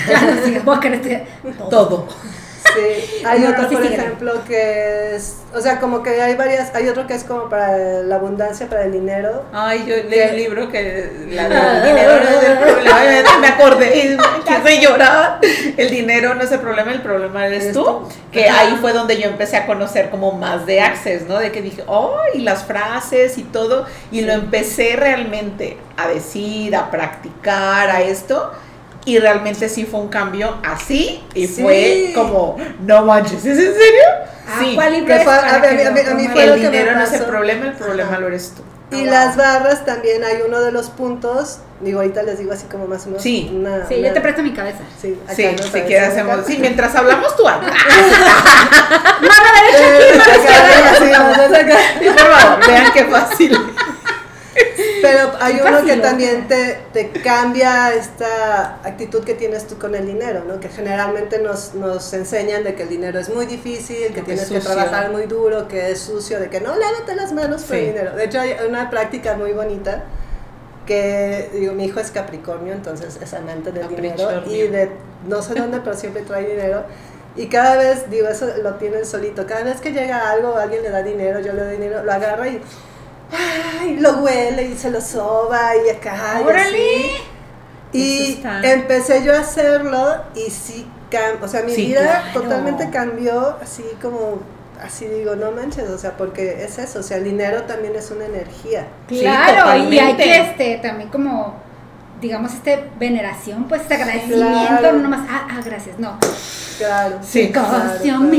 Speaker 1: Ya no sigas. Voy a querer estudiar
Speaker 3: Todo.
Speaker 2: Sí, hay
Speaker 1: No, no,
Speaker 2: otro,
Speaker 1: sí,
Speaker 2: por
Speaker 1: síguele.
Speaker 2: ejemplo, que es, o sea, como que hay varias, hay otro que es como para la abundancia, para el dinero.
Speaker 3: Ay, yo leí
Speaker 2: ¿Qué?
Speaker 3: un libro que la del dinero no es el problema. Ay, me acordé y quise llorar. El dinero no es el problema, el problema eres
Speaker 2: Eres
Speaker 3: tú.
Speaker 2: tú.
Speaker 3: Que ahí fue donde yo empecé a conocer como más de Access, ¿no? De que dije, oh, y las frases y todo. Y lo empecé realmente a decir, a practicar, a esto. Y realmente sí fue un cambio así. Y
Speaker 2: Sí.
Speaker 3: fue como, no manches, ¿es en serio?
Speaker 1: ¿A
Speaker 3: sí.
Speaker 1: Ah, cuál
Speaker 2: que
Speaker 1: libro es
Speaker 2: fue-
Speaker 1: para
Speaker 2: a ver,
Speaker 1: que
Speaker 2: a
Speaker 1: lo
Speaker 2: mí- a mí
Speaker 1: tomen?
Speaker 2: fue lo
Speaker 3: El
Speaker 2: que me
Speaker 3: dinero no es el
Speaker 2: pasó.
Speaker 3: problema, el problema
Speaker 2: Ajá.
Speaker 3: lo eres tú.
Speaker 2: Y
Speaker 1: Ah,
Speaker 2: las
Speaker 1: wow.
Speaker 2: barras también hay uno de los puntos. Digo, ahorita les digo así como más o menos.
Speaker 3: Sí.
Speaker 2: una-
Speaker 1: Sí,
Speaker 2: una-
Speaker 1: yo te presto mi cabeza.
Speaker 2: Sí, acá,
Speaker 3: Sí,
Speaker 2: ¿no?
Speaker 3: si
Speaker 2: Para
Speaker 3: quieres
Speaker 2: decir acá.
Speaker 3: hacemos. Sí, mientras hablamos tú hablas.
Speaker 2: Eh, acá, acá, acá, acá.
Speaker 3: Sí, por favor, vean qué fácil.
Speaker 2: Pero hay
Speaker 1: Qué
Speaker 2: uno que
Speaker 1: fácil,
Speaker 2: también te, te cambia esta actitud que tienes tú con el dinero, ¿no? Que generalmente nos, nos enseñan de que el dinero es muy difícil, que
Speaker 3: es
Speaker 2: tienes que
Speaker 3: sucio.
Speaker 2: trabajar muy duro, que es sucio, de que no lávate las manos por
Speaker 3: Sí.
Speaker 2: el dinero. De hecho, hay una práctica muy bonita que, digo, mi hijo es Capricornio, entonces es amante del dinero
Speaker 3: Capricornio.
Speaker 2: y de no sé dónde, pero siempre trae dinero. Y cada vez, digo, eso lo tiene él solito. Cada vez que llega algo, alguien le da dinero, yo le doy dinero, lo agarra y ay, lo huele y se lo soba y acá. y así.
Speaker 3: Eso
Speaker 2: Y
Speaker 3: está.
Speaker 2: empecé yo a hacerlo y sí, cam- o sea, mi
Speaker 3: Sí,
Speaker 2: vida
Speaker 3: claro.
Speaker 2: totalmente cambió, así como, así digo, no manches, o sea, porque es eso, o sea, el dinero también es una energía.
Speaker 3: Sí,
Speaker 1: Claro, y hay
Speaker 3: totalmente.
Speaker 1: que este, también como, digamos, este veneración, pues este agradecimiento,
Speaker 2: claro.
Speaker 1: no nomás, ah, ah, gracias, no.
Speaker 2: Claro.
Speaker 3: Sí.
Speaker 2: Claro,
Speaker 1: Because
Speaker 2: claro.
Speaker 1: you me,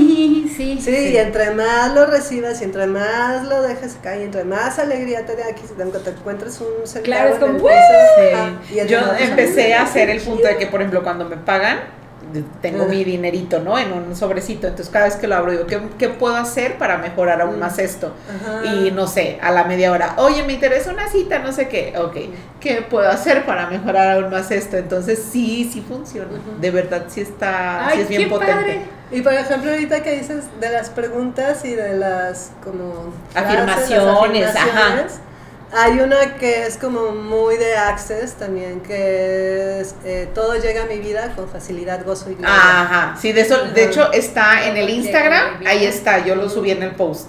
Speaker 1: sí.
Speaker 2: Sí, y entre más lo recibas y entre más lo dejes acá y entre más alegría te da aquí, si te te encuentres un centavo
Speaker 1: Claro, es
Speaker 2: en el
Speaker 1: como,
Speaker 2: piso,
Speaker 3: Sí.
Speaker 2: ajá, y el pues,
Speaker 3: Yo
Speaker 2: dinero te
Speaker 3: empecé
Speaker 2: sonríe.
Speaker 3: a hacer el punto de que, por ejemplo, cuando me pagan, de- tengo
Speaker 2: Ajá.
Speaker 3: mi dinerito, ¿no? En un sobrecito. Entonces, cada vez que lo abro, digo, ¿qué, qué puedo hacer para mejorar aún más esto?
Speaker 2: Ajá.
Speaker 3: Y no sé, a la media hora, oye, me interesa una cita, no sé qué. Ok, ¿qué puedo hacer para mejorar aún más esto? Entonces, sí, sí funciona.
Speaker 2: Ujú.
Speaker 3: De verdad, sí está,
Speaker 1: Ay,
Speaker 3: ah, sí es bien
Speaker 1: qué
Speaker 3: potente.
Speaker 1: padre.
Speaker 2: Y por ejemplo, ahorita que dices de las preguntas y de las como frases, las
Speaker 3: Afirmaciones, ajá.
Speaker 2: afirmaciones, Hay una que es como muy de access también, que es eh, todo llega a mi vida con facilidad, gozo y gloria.
Speaker 3: Ajá, sí, de eso, de
Speaker 2: Ajá.
Speaker 3: hecho está en el
Speaker 1: Llega
Speaker 3: Instagram,
Speaker 1: muy bien.
Speaker 3: ahí está, yo lo subí en el post.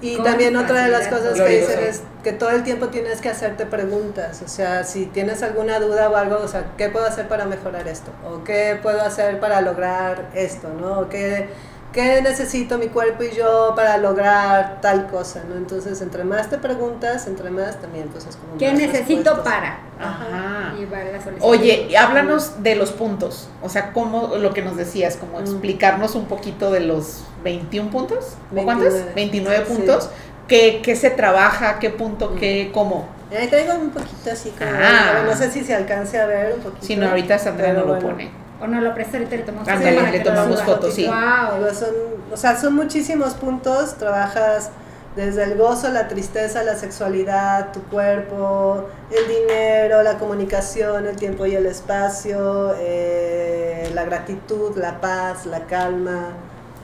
Speaker 2: Y
Speaker 1: Con
Speaker 2: también otra de las
Speaker 1: facilidad,
Speaker 2: cosas que
Speaker 3: glorioso.
Speaker 2: dicen es que todo el tiempo tienes que hacerte preguntas, o sea, si tienes alguna duda o algo, o sea, ¿qué puedo hacer para mejorar esto? ¿O qué puedo hacer para lograr esto? ¿No? ¿O ¿Qué, qué necesito mi cuerpo y yo para lograr tal cosa? ¿No? Entonces, entre más te preguntas, entre más también, pues es como...
Speaker 1: ¿Qué
Speaker 2: más
Speaker 1: necesito
Speaker 2: respuestas.
Speaker 1: para
Speaker 3: Ajá.
Speaker 1: llevar la solicitud?
Speaker 3: Ah. Oye, y háblanos de los puntos, o sea, cómo lo que nos decías, como
Speaker 2: Mm.
Speaker 3: explicarnos un poquito de los 21 puntos, ¿o
Speaker 2: 29.
Speaker 3: cuántos? 29
Speaker 2: Sí.
Speaker 3: puntos, qué, qué se trabaja, qué punto,
Speaker 2: Mm.
Speaker 3: qué, cómo.
Speaker 2: Ahí traigo un poquito así como...
Speaker 3: Ah.
Speaker 2: bueno, no sé si se alcance a ver un poquito.
Speaker 3: Si no, ahorita Sandra
Speaker 2: pero
Speaker 3: no lo
Speaker 2: bueno.
Speaker 3: pone.
Speaker 1: O no lo prestas, ahorita le tomamos
Speaker 3: Ándale,
Speaker 1: foto para
Speaker 3: le
Speaker 1: que lo
Speaker 3: tomamos
Speaker 1: suba.
Speaker 3: foto, sí.
Speaker 1: Wow.
Speaker 2: Digo, son, Ah, o sea, son muchísimos puntos, trabajas desde el gozo, la tristeza, la sexualidad, tu cuerpo, el dinero, la comunicación, el tiempo y el espacio, eh, la gratitud, la paz, la calma,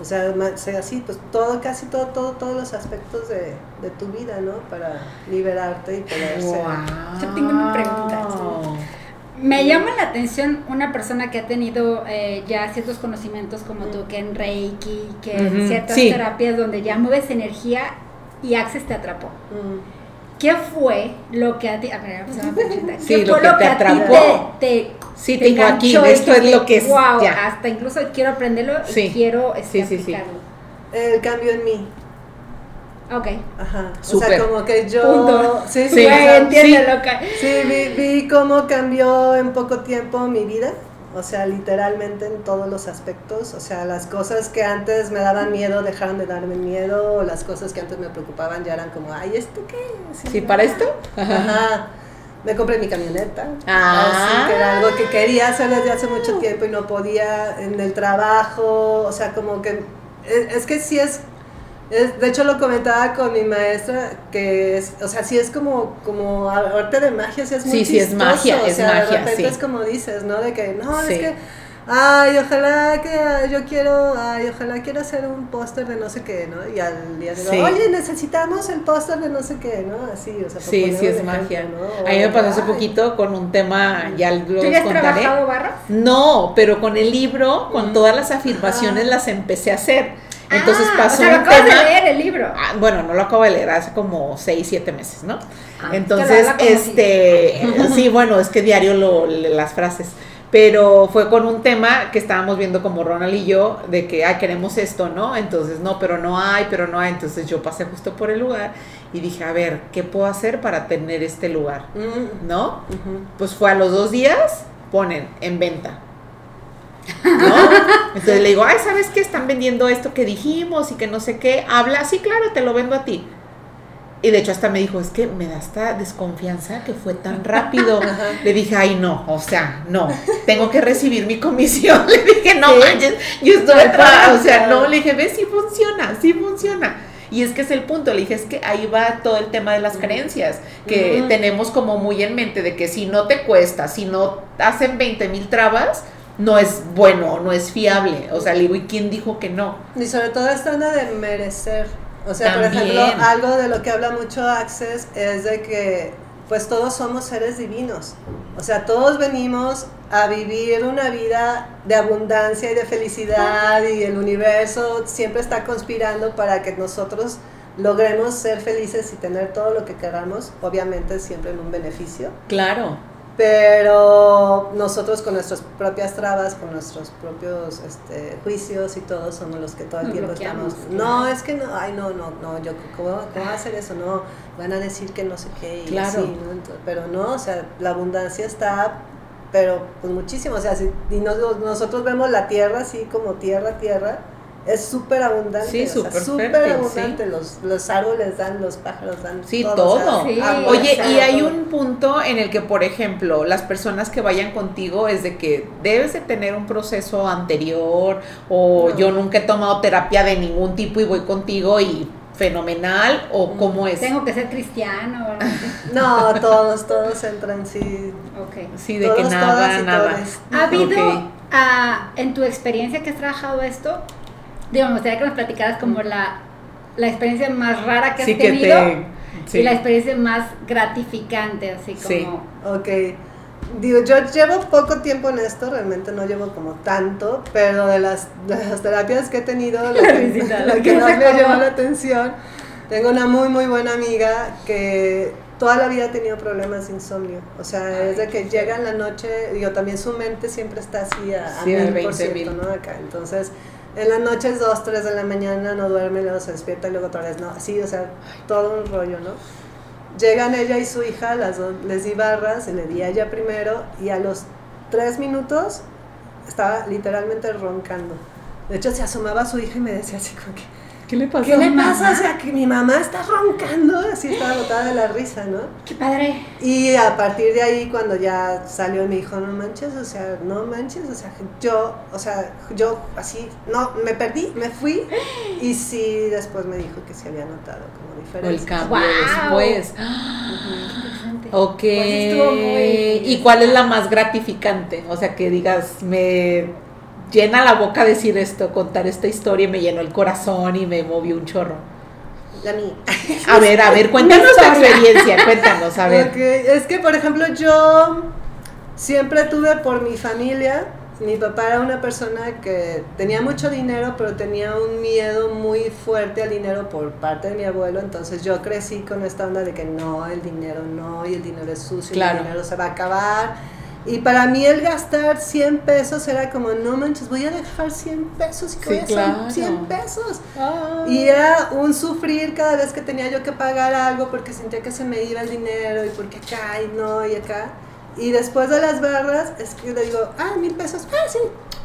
Speaker 2: o sea, ma- sea así, pues todo, casi todo, todo, todos los aspectos de, de tu vida, ¿no? Para liberarte y poder ser.
Speaker 1: Yo tengo una pregunta. Me llama la atención una persona que ha tenido eh, ya ciertos conocimientos como tú, que en Reiki, que en
Speaker 3: Ujú,
Speaker 1: ciertas
Speaker 3: sí.
Speaker 1: terapias donde ya mueves energía y Access te atrapó.
Speaker 2: Mm.
Speaker 1: ¿Qué fue lo que a ti... A ver, vamos a hacer una pregunta.
Speaker 3: Sí,
Speaker 1: ¿Qué
Speaker 3: lo
Speaker 1: fue
Speaker 3: que
Speaker 1: lo
Speaker 3: te
Speaker 1: que a ti
Speaker 3: atrapó.
Speaker 1: te, te-
Speaker 3: Sí,
Speaker 1: te
Speaker 3: tengo aquí,
Speaker 1: enganchó y
Speaker 3: esto es
Speaker 1: dijiste,
Speaker 3: lo que es
Speaker 1: Wow,
Speaker 3: ya".
Speaker 1: hasta incluso quiero aprenderlo
Speaker 3: Sí.
Speaker 1: y quiero este,
Speaker 3: Sí, sí, sí.
Speaker 1: aplicarlo.
Speaker 2: El cambio en mí.
Speaker 1: Ok.
Speaker 2: Ajá. O
Speaker 3: Súper.
Speaker 2: sea, como que yo.
Speaker 1: Punto.
Speaker 2: Sí,
Speaker 3: Sí.
Speaker 2: o sea,
Speaker 1: entiende lo que...
Speaker 2: Sí, vi, vi cómo cambió en poco tiempo mi vida, o sea, literalmente en todos los aspectos, o sea, las cosas que antes me daban miedo dejaron de darme miedo, o las cosas que antes me preocupaban ya eran como, ay, ¿esto qué? Así,
Speaker 3: Sí,
Speaker 2: ¿no?
Speaker 3: para esto.
Speaker 2: Ajá. Me compré mi camioneta.
Speaker 3: Ah.
Speaker 2: Así que era algo que quería hacer desde hace mucho tiempo y no podía en el trabajo. O sea, como que. e, Es, es que sí es, es- De hecho, lo comentaba con mi maestra, que es. O sea, sí es como, como arte de magia, sí es muy
Speaker 3: Sí, sí, es
Speaker 2: chistoso,
Speaker 3: magia,
Speaker 2: O
Speaker 3: es
Speaker 2: sea,
Speaker 3: magia,
Speaker 2: de repente
Speaker 3: sí.
Speaker 2: es como dices, ¿no? De que no,
Speaker 3: Sí.
Speaker 2: es que. Ay, ojalá que ay, yo quiero, ay, ojalá quiero hacer un póster de no sé qué, ¿no? Y al día de
Speaker 3: Sí.
Speaker 2: oye, necesitamos el póster de no sé qué, ¿no? Así, o sea, por
Speaker 3: Sí,
Speaker 2: poner
Speaker 3: sí
Speaker 2: un
Speaker 3: es
Speaker 2: ejemplo,
Speaker 3: magia.
Speaker 2: ¿no?
Speaker 3: A mí me pasó hace
Speaker 2: Ay.
Speaker 3: poquito con un tema, ya lo
Speaker 1: ¿Tú ya has
Speaker 3: contaré.
Speaker 1: trabajado barras?
Speaker 3: No, pero con el libro,
Speaker 1: Mm.
Speaker 3: con todas las afirmaciones las empecé a hacer. Entonces
Speaker 1: Ah,
Speaker 3: pasó
Speaker 1: o sea, lo
Speaker 3: un
Speaker 1: acabas
Speaker 3: tema.
Speaker 1: de leer el libro.
Speaker 3: Ah, bueno, no lo acabo de leer hace como 6, 7 meses, ¿no?
Speaker 1: es
Speaker 3: Entonces,
Speaker 1: Ah, que lo habla como
Speaker 3: este, sí, bueno, es que diario lo, le- las frases. Pero fue con un tema que estábamos viendo como Ronald y yo, de que, ay, queremos esto, ¿no? Entonces, no, pero no hay, pero no hay. Entonces yo pasé justo por el lugar y dije, a ver, ¿qué puedo hacer para tener este lugar?
Speaker 2: Mm,
Speaker 3: ¿No?
Speaker 2: ujú.
Speaker 3: Pues fue a los dos días ponen en venta. ¿no? Entonces le digo, ay, ¿sabes qué? Están vendiendo esto que dijimos y que no sé qué. Habla, sí, claro, te lo vendo a ti. Y de hecho hasta me dijo, es que me da esta desconfianza que fue tan rápido. Le dije, ay, no, o sea, no, tengo que recibir mi comisión. Le dije, no,
Speaker 2: Sí.
Speaker 3: manches, yo estuve
Speaker 2: Ajá.
Speaker 3: trabajando, o sea, no, le dije, ve, sí funciona, sí funciona. Y es que es el punto, le dije, es que ahí va todo el tema de las creencias, que
Speaker 1: Ujú.
Speaker 3: tenemos como muy en mente de que si no te cuesta, si no hacen 20 mil trabas, no es bueno, no es fiable. O sea, le digo, ¿y quién dijo que no?
Speaker 2: Y sobre todo esta onda de merecer. O sea, por
Speaker 3: También.
Speaker 2: ejemplo, algo de lo que habla mucho Access es de que pues todos somos seres divinos. O sea, todos venimos a vivir una vida de abundancia y de felicidad y el universo siempre está conspirando para que nosotros logremos ser felices y tener todo lo que queramos, obviamente siempre en un beneficio
Speaker 3: Claro.
Speaker 2: pero nosotros con nuestras propias trabas, con nuestros propios este, juicios y todo, somos los que todo el
Speaker 1: Nos
Speaker 2: tiempo
Speaker 1: bloqueamos,
Speaker 2: estamos. No, es que no, ay, no, no, no, yo, ¿cómo, cómo va a hacer eso? No, van a decir que no sé qué. Y
Speaker 3: Claro.
Speaker 2: así, ¿no? Entonces, pero no, o sea, la abundancia está, pero pues muchísimo. O sea, si, y nos- nosotros vemos la tierra así como tierra, tierra. Es súper abundante,
Speaker 3: Sí,
Speaker 2: o sea,
Speaker 3: súper
Speaker 2: súper
Speaker 3: fértil,
Speaker 2: abundante. Los, los árboles dan, los pájaros dan.
Speaker 3: Sí,
Speaker 2: o sea,
Speaker 3: todo.
Speaker 1: Sí.
Speaker 2: agua,
Speaker 3: Oye,
Speaker 2: o sea,
Speaker 3: y hay
Speaker 2: todo.
Speaker 3: un punto en el que, por ejemplo, las personas que vayan contigo es de que debes de tener un proceso anterior o
Speaker 2: No.
Speaker 3: yo nunca he tomado terapia de ningún tipo y voy contigo y fenomenal o cómo es.
Speaker 1: Tengo que ser cristiano. o algo así.
Speaker 2: No, todos, todos entran, sí.
Speaker 1: Ok.
Speaker 3: sí, de que
Speaker 2: todos,
Speaker 3: nada,
Speaker 2: todas y
Speaker 3: nada.
Speaker 2: todes.
Speaker 1: ¿Ha habido
Speaker 3: Ok.
Speaker 1: ah, en tu experiencia que has trabajado esto? Digo, me gustaría que nos platicaras como la, la experiencia más rara que has
Speaker 3: Sí que
Speaker 1: tenido
Speaker 3: te... sí.
Speaker 1: y la experiencia más gratificante, así como.
Speaker 3: Sí.
Speaker 2: Ok. Digo, yo llevo poco tiempo en esto, realmente no llevo como tanto, pero de las, de las terapias que he tenido, la que,
Speaker 1: Risita,
Speaker 2: la
Speaker 1: la
Speaker 2: que
Speaker 1: que
Speaker 2: más
Speaker 1: se
Speaker 2: me ha llamado
Speaker 1: acordó.
Speaker 2: la atención, tengo una muy, muy buena amiga que toda la vida ha tenido problemas de insomnio. O sea, es de que llega en la noche, digo, también su mente siempre está así a, a
Speaker 3: Sí, al
Speaker 2: mil por
Speaker 3: 20,000.
Speaker 2: ciento, ¿no? Acá. Entonces, en las noches, 2, 3 de la mañana, no duerme, luego se despierta y luego otra vez, no. Así, o sea, todo un rollo, ¿no? Llegan ella y su hija, las dos, les di barras, y le di a ella primero y a los tres minutos estaba literalmente roncando. De hecho, se asomaba su hija y me decía así como que,
Speaker 3: ¿Qué le pasó?
Speaker 2: ¿qué le
Speaker 1: mamá?
Speaker 2: pasa? O sea, que mi mamá está roncando, así estaba botada de la risa, ¿no?
Speaker 1: ¡Qué padre!
Speaker 2: Y a partir de ahí, cuando ya salió, me dijo, no manches, o sea, no manches, o sea, yo, o sea, yo así, no, me perdí, me fui. Y sí, después me dijo que se había notado como
Speaker 3: O el
Speaker 2: diferencia.
Speaker 3: cambio
Speaker 1: Wow.
Speaker 3: después.
Speaker 1: Qué interesante.
Speaker 3: Ok.
Speaker 1: Pues estuvo muy-
Speaker 3: ¿Y cuál es la más gratificante? O sea, que digas, me llena la boca decir esto, contar esta historia, y me llenó el corazón y me movió un chorro.
Speaker 2: La mía.
Speaker 3: A ver, a ver, cuéntanos tu
Speaker 1: historia.
Speaker 3: experiencia, cuéntanos, a ver.
Speaker 2: Ok, Es que, por ejemplo, yo siempre tuve por mi familia, mi papá era una persona que tenía mucho dinero, pero tenía un miedo muy fuerte al dinero por parte de mi abuelo, entonces yo crecí con esta onda de que no, el dinero no, y el dinero es sucio, y
Speaker 3: Claro.
Speaker 2: el dinero se va a acabar. Y para mí el gastar 100 pesos era como, no manches, voy a dejar 100 pesos y que
Speaker 3: Sí,
Speaker 2: voy a hacer
Speaker 3: claro.
Speaker 2: 100 pesos.
Speaker 3: Ah.
Speaker 2: Y era un sufrir cada vez que tenía yo que pagar algo porque sentía que se me iba el dinero y porque acá y no y acá. Y después de las barras, es que le digo, ah, mil pesos, ah, sí,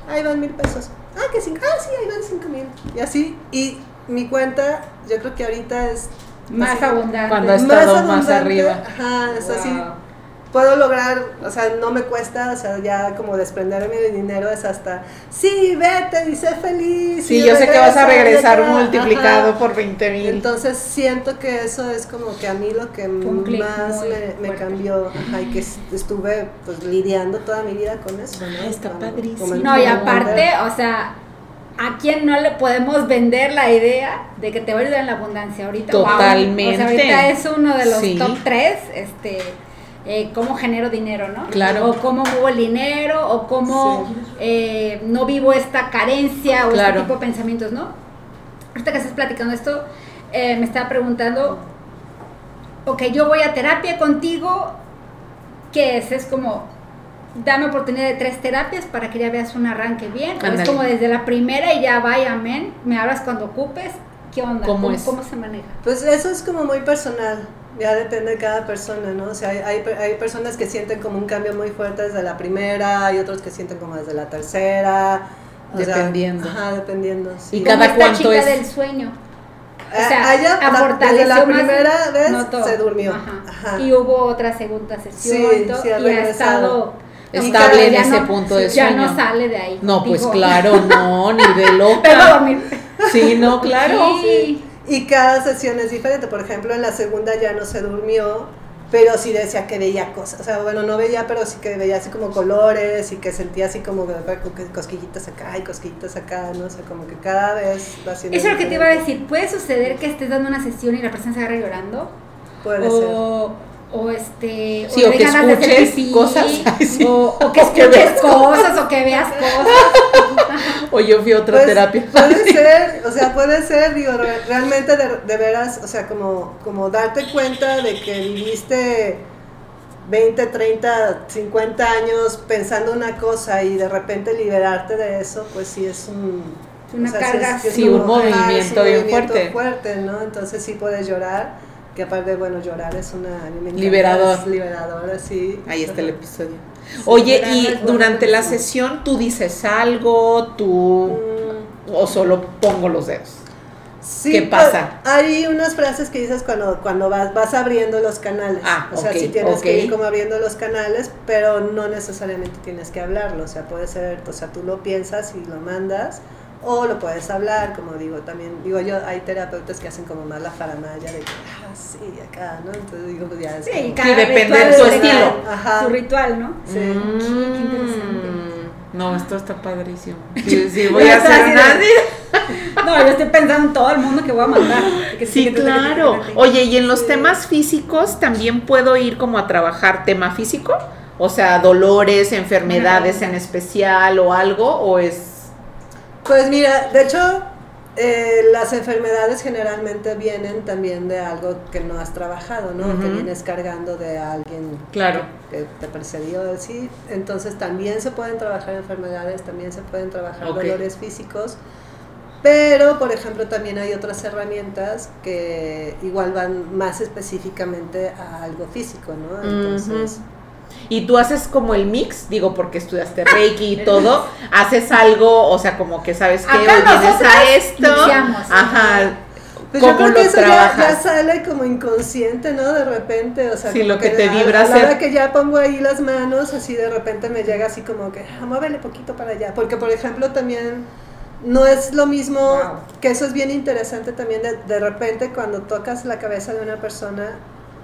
Speaker 2: ahí van mil pesos, ah, que cinco, ah, sí, ahí van cinco mil. Y así, y mi cuenta, yo creo que ahorita es
Speaker 1: Más
Speaker 2: así,
Speaker 1: abundante.
Speaker 3: Cuando es- estado más
Speaker 2: abundante.
Speaker 3: arriba.
Speaker 2: Ajá, es así.
Speaker 1: Wow.
Speaker 2: Puedo lograr, o sea, no me cuesta, o sea, ya como desprenderme de dinero es hasta, sí, vete y sé feliz.
Speaker 3: Sí,
Speaker 2: y
Speaker 3: yo sé que vas a
Speaker 2: regresa,
Speaker 3: regresar
Speaker 2: ajá.
Speaker 3: multiplicado por 20 mil.
Speaker 2: Entonces siento que eso es como que a mí lo que
Speaker 1: Fue un clic
Speaker 2: más
Speaker 1: muy
Speaker 2: me, me
Speaker 1: fuerte.
Speaker 2: cambió, ajá, y que es- estuve pues lidiando toda mi vida con eso. ¿no?
Speaker 3: Ah, está
Speaker 2: Con-
Speaker 3: padrísimo.
Speaker 2: con el
Speaker 1: Pues No, y
Speaker 2: mundo.
Speaker 1: aparte, o sea, ¿a quién no le podemos vender la idea de que te va a ayudar en la abundancia ahorita? Wow.
Speaker 3: Totalmente.
Speaker 1: O sea, ahorita es uno de los
Speaker 3: Sí.
Speaker 1: top tres, este, eh, cómo genero dinero, ¿no?
Speaker 3: Claro.
Speaker 1: O cómo muevo el dinero, o cómo eh, no vivo esta carencia o
Speaker 3: Claro.
Speaker 1: este tipo de pensamientos, ¿no? Ahorita que estás platicando esto, eh, me estaba preguntando, ok, yo voy a terapia contigo, que es? Es como, dame oportunidad de tres terapias para que ya veas un arranque bien. O
Speaker 3: Ándale.
Speaker 1: es como desde la primera y ya vaya, amén, me hablas cuando ocupes, ¿qué onda?
Speaker 3: ¿Cómo es?
Speaker 1: se maneja?
Speaker 2: Pues eso es como muy personal. Ya depende de cada persona, ¿no? O sea, hay, hay, hay personas que sienten como un cambio muy fuerte desde la primera, hay otros que sienten como desde la tercera. o sea,
Speaker 3: Dependiendo.
Speaker 2: ajá, dependiendo. sí.
Speaker 3: ¿Y
Speaker 1: Como
Speaker 3: cada
Speaker 1: esta
Speaker 3: cuánto
Speaker 1: chica
Speaker 3: es?
Speaker 1: del sueño.
Speaker 2: Ah,
Speaker 1: O sea,
Speaker 2: ah, ya,
Speaker 1: a
Speaker 2: la- desde
Speaker 1: fortaleció
Speaker 2: la
Speaker 1: más-
Speaker 2: primera vez
Speaker 1: notó.
Speaker 2: se durmió.
Speaker 1: Ajá.
Speaker 2: Ajá.
Speaker 1: Y hubo otra segunda sesión
Speaker 2: Sí,
Speaker 1: y, todo,
Speaker 2: sí, ha
Speaker 1: y ha
Speaker 2: regresado.
Speaker 1: estado
Speaker 3: Estable en
Speaker 1: ya
Speaker 3: ese
Speaker 1: no-
Speaker 3: punto de
Speaker 1: Ya
Speaker 3: sueño.
Speaker 1: no sale de ahí.
Speaker 3: No, pues
Speaker 1: Digo,
Speaker 3: claro, no, ni de
Speaker 1: Pero va a
Speaker 3: loca.
Speaker 1: dormir.
Speaker 3: Sí, no, claro.
Speaker 1: Sí.
Speaker 2: Y cada sesión es diferente. Por ejemplo, en la segunda ya no se durmió, pero sí decía que veía cosas. O sea, bueno, no veía, pero sí que veía así como colores y que sentía así como que- cosquillitas acá y cosquillitas acá, no sé, como que cada vez va siendo
Speaker 1: Eso es lo que te
Speaker 2: diferente.
Speaker 1: iba a decir. Puede suceder que estés dando una sesión y la persona se agarre llorando.
Speaker 2: Puede ser.
Speaker 1: O, o este.
Speaker 3: Sí, o
Speaker 1: le
Speaker 3: que
Speaker 1: ganas de hacer
Speaker 3: escuches
Speaker 1: pipí,
Speaker 3: cosas. Ay, sí.
Speaker 1: O, o que
Speaker 3: O que
Speaker 1: escuches
Speaker 3: veas
Speaker 1: cosas o que veas cosas.
Speaker 3: O yo fui a otra
Speaker 2: Pues,
Speaker 3: terapia.
Speaker 2: Puede ser, o sea, puede ser, digo, re- realmente de, de veras, o sea, como, como darte cuenta de que viviste 20, 30, 50 años pensando una cosa y de repente liberarte de eso, pues sí es un...
Speaker 1: Una
Speaker 2: o sea, sí es-
Speaker 1: carga,
Speaker 2: sí es
Speaker 3: sí, un
Speaker 2: como- ajá, es
Speaker 3: movimiento bien fuerte.
Speaker 2: ¿no? Entonces sí puedes llorar, que aparte, bueno, llorar es una... a mí me encanta,
Speaker 3: Liberador.
Speaker 2: es liberador, sí.
Speaker 3: Ahí está el
Speaker 2: Ajá.
Speaker 3: episodio. Oye,
Speaker 2: pero no
Speaker 3: y
Speaker 2: es bueno
Speaker 3: durante
Speaker 2: que
Speaker 3: la
Speaker 2: sea.
Speaker 3: sesión tú dices algo, tú
Speaker 2: Mm.
Speaker 3: o solo pongo los dedos.
Speaker 2: Sí,
Speaker 3: ¿Qué
Speaker 2: pues,
Speaker 3: pasa?
Speaker 2: hay unas frases que dices cuando, cuando vas, vas abriendo los canales.
Speaker 3: Ah,
Speaker 2: o sea,
Speaker 3: ok,
Speaker 2: sí tienes
Speaker 3: ok.
Speaker 2: que ir como abriendo los canales, pero no necesariamente tienes que hablarlo. O sea, puede ser, o sea, tú lo piensas y lo mandas, o lo puedes hablar, como digo, también, digo yo, hay terapeutas que hacen como más la faramaya de que, ah, sí, acá, ¿no? Entonces digo, pues ya es
Speaker 1: Sí,
Speaker 2: como-
Speaker 1: cada
Speaker 3: depende
Speaker 1: ritual
Speaker 3: de tu
Speaker 1: es
Speaker 3: estilo.
Speaker 1: legal.
Speaker 2: Ajá.
Speaker 1: Tu ritual, ¿no?
Speaker 2: Sí.
Speaker 3: Mm,
Speaker 1: qué interesante.
Speaker 3: No, esto está padrísimo. Sí, sí, voy a
Speaker 1: Ya está
Speaker 3: hacer
Speaker 1: así de-
Speaker 3: nadie.
Speaker 1: No, yo estoy pensando en todo el mundo que voy a mandar. Que
Speaker 3: Sí,
Speaker 1: que- que- que-
Speaker 3: claro.
Speaker 1: que- que-
Speaker 3: Oye, y en los temas físicos también puedo ir como a trabajar tema físico, o sea, dolores, enfermedades en especial o algo, o es
Speaker 2: Pues mira, de hecho, eh, las enfermedades generalmente vienen también de algo que no has trabajado, ¿no? Que
Speaker 3: Ujú.
Speaker 2: vienes cargando de alguien
Speaker 3: claro.
Speaker 2: que te precedió, sí. Entonces también se pueden trabajar enfermedades, también se pueden trabajar
Speaker 3: Ok.
Speaker 2: dolores físicos. Pero, por ejemplo, también hay otras herramientas que igual van más específicamente a algo físico, ¿no? Entonces,
Speaker 3: Y tú haces como el mix, digo, porque estudiaste
Speaker 1: Ah,
Speaker 3: Reiki y todo, haces algo, o sea, como que sabes que
Speaker 1: Acá
Speaker 3: vienes
Speaker 1: nosotras
Speaker 3: a esto.
Speaker 1: mixeamos.
Speaker 3: Ajá.
Speaker 2: Pues yo
Speaker 3: ¿Cómo
Speaker 2: creo que
Speaker 3: lo
Speaker 2: eso ya, ya
Speaker 3: trabajas?
Speaker 2: sale como inconsciente, ¿no? De repente, o sea,
Speaker 3: Sí,
Speaker 2: como
Speaker 3: lo que te
Speaker 2: a-
Speaker 3: vibra
Speaker 2: a, la
Speaker 3: hacer.
Speaker 2: hora que ya pongo ahí las manos, así de repente me llega así como que, ah, muévele poquito para allá, porque por ejemplo también no es lo mismo,
Speaker 1: Wow.
Speaker 2: que eso es bien interesante también, de, de repente cuando tocas la cabeza de una persona,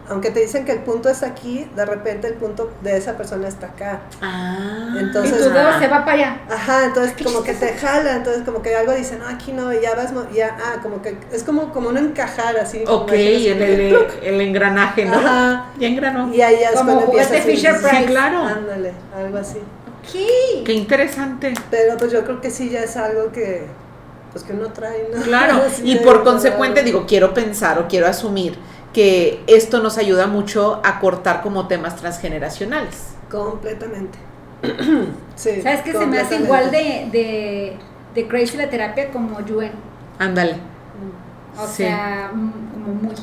Speaker 2: aunque te dicen que el punto es aquí, de repente el punto de esa persona está acá.
Speaker 3: Ah.
Speaker 2: Entonces-
Speaker 1: Y tu dedo se va para allá.
Speaker 2: Ajá, entonces
Speaker 1: Qué
Speaker 2: como que te jala, entonces como que algo dice, no, aquí no, y ya vas, mo- ya, ah, como que es como, como un encajar así. como
Speaker 3: Ok,
Speaker 2: imaginas
Speaker 3: en
Speaker 2: que-
Speaker 3: el, el engranaje, ¿no?
Speaker 2: Ajá.
Speaker 3: Ya engranó.
Speaker 2: Y ahí ya es Ah.
Speaker 1: Como
Speaker 2: cuando empiezas
Speaker 1: juguete
Speaker 2: a-
Speaker 1: Fisher-Price.
Speaker 3: Sí, claro.
Speaker 2: Ándale, algo así.
Speaker 1: ¿Qué?
Speaker 3: Qué interesante.
Speaker 2: Pero pues yo creo que sí ya es algo que pues que uno trae, ¿no?
Speaker 3: Claro,
Speaker 2: Sí,
Speaker 3: y
Speaker 2: de
Speaker 3: por
Speaker 2: algún
Speaker 3: consecuente
Speaker 2: lado.
Speaker 3: digo, quiero pensar o quiero asumir que esto nos ayuda mucho a cortar como temas transgeneracionales.
Speaker 2: completamente. sí.
Speaker 1: ¿Sabes que se me hace
Speaker 2: completamente.
Speaker 1: igual de, de, de crazy la terapia como Yuen?
Speaker 3: Ándale,
Speaker 1: O
Speaker 3: Sí.
Speaker 1: sea, mm, como muy.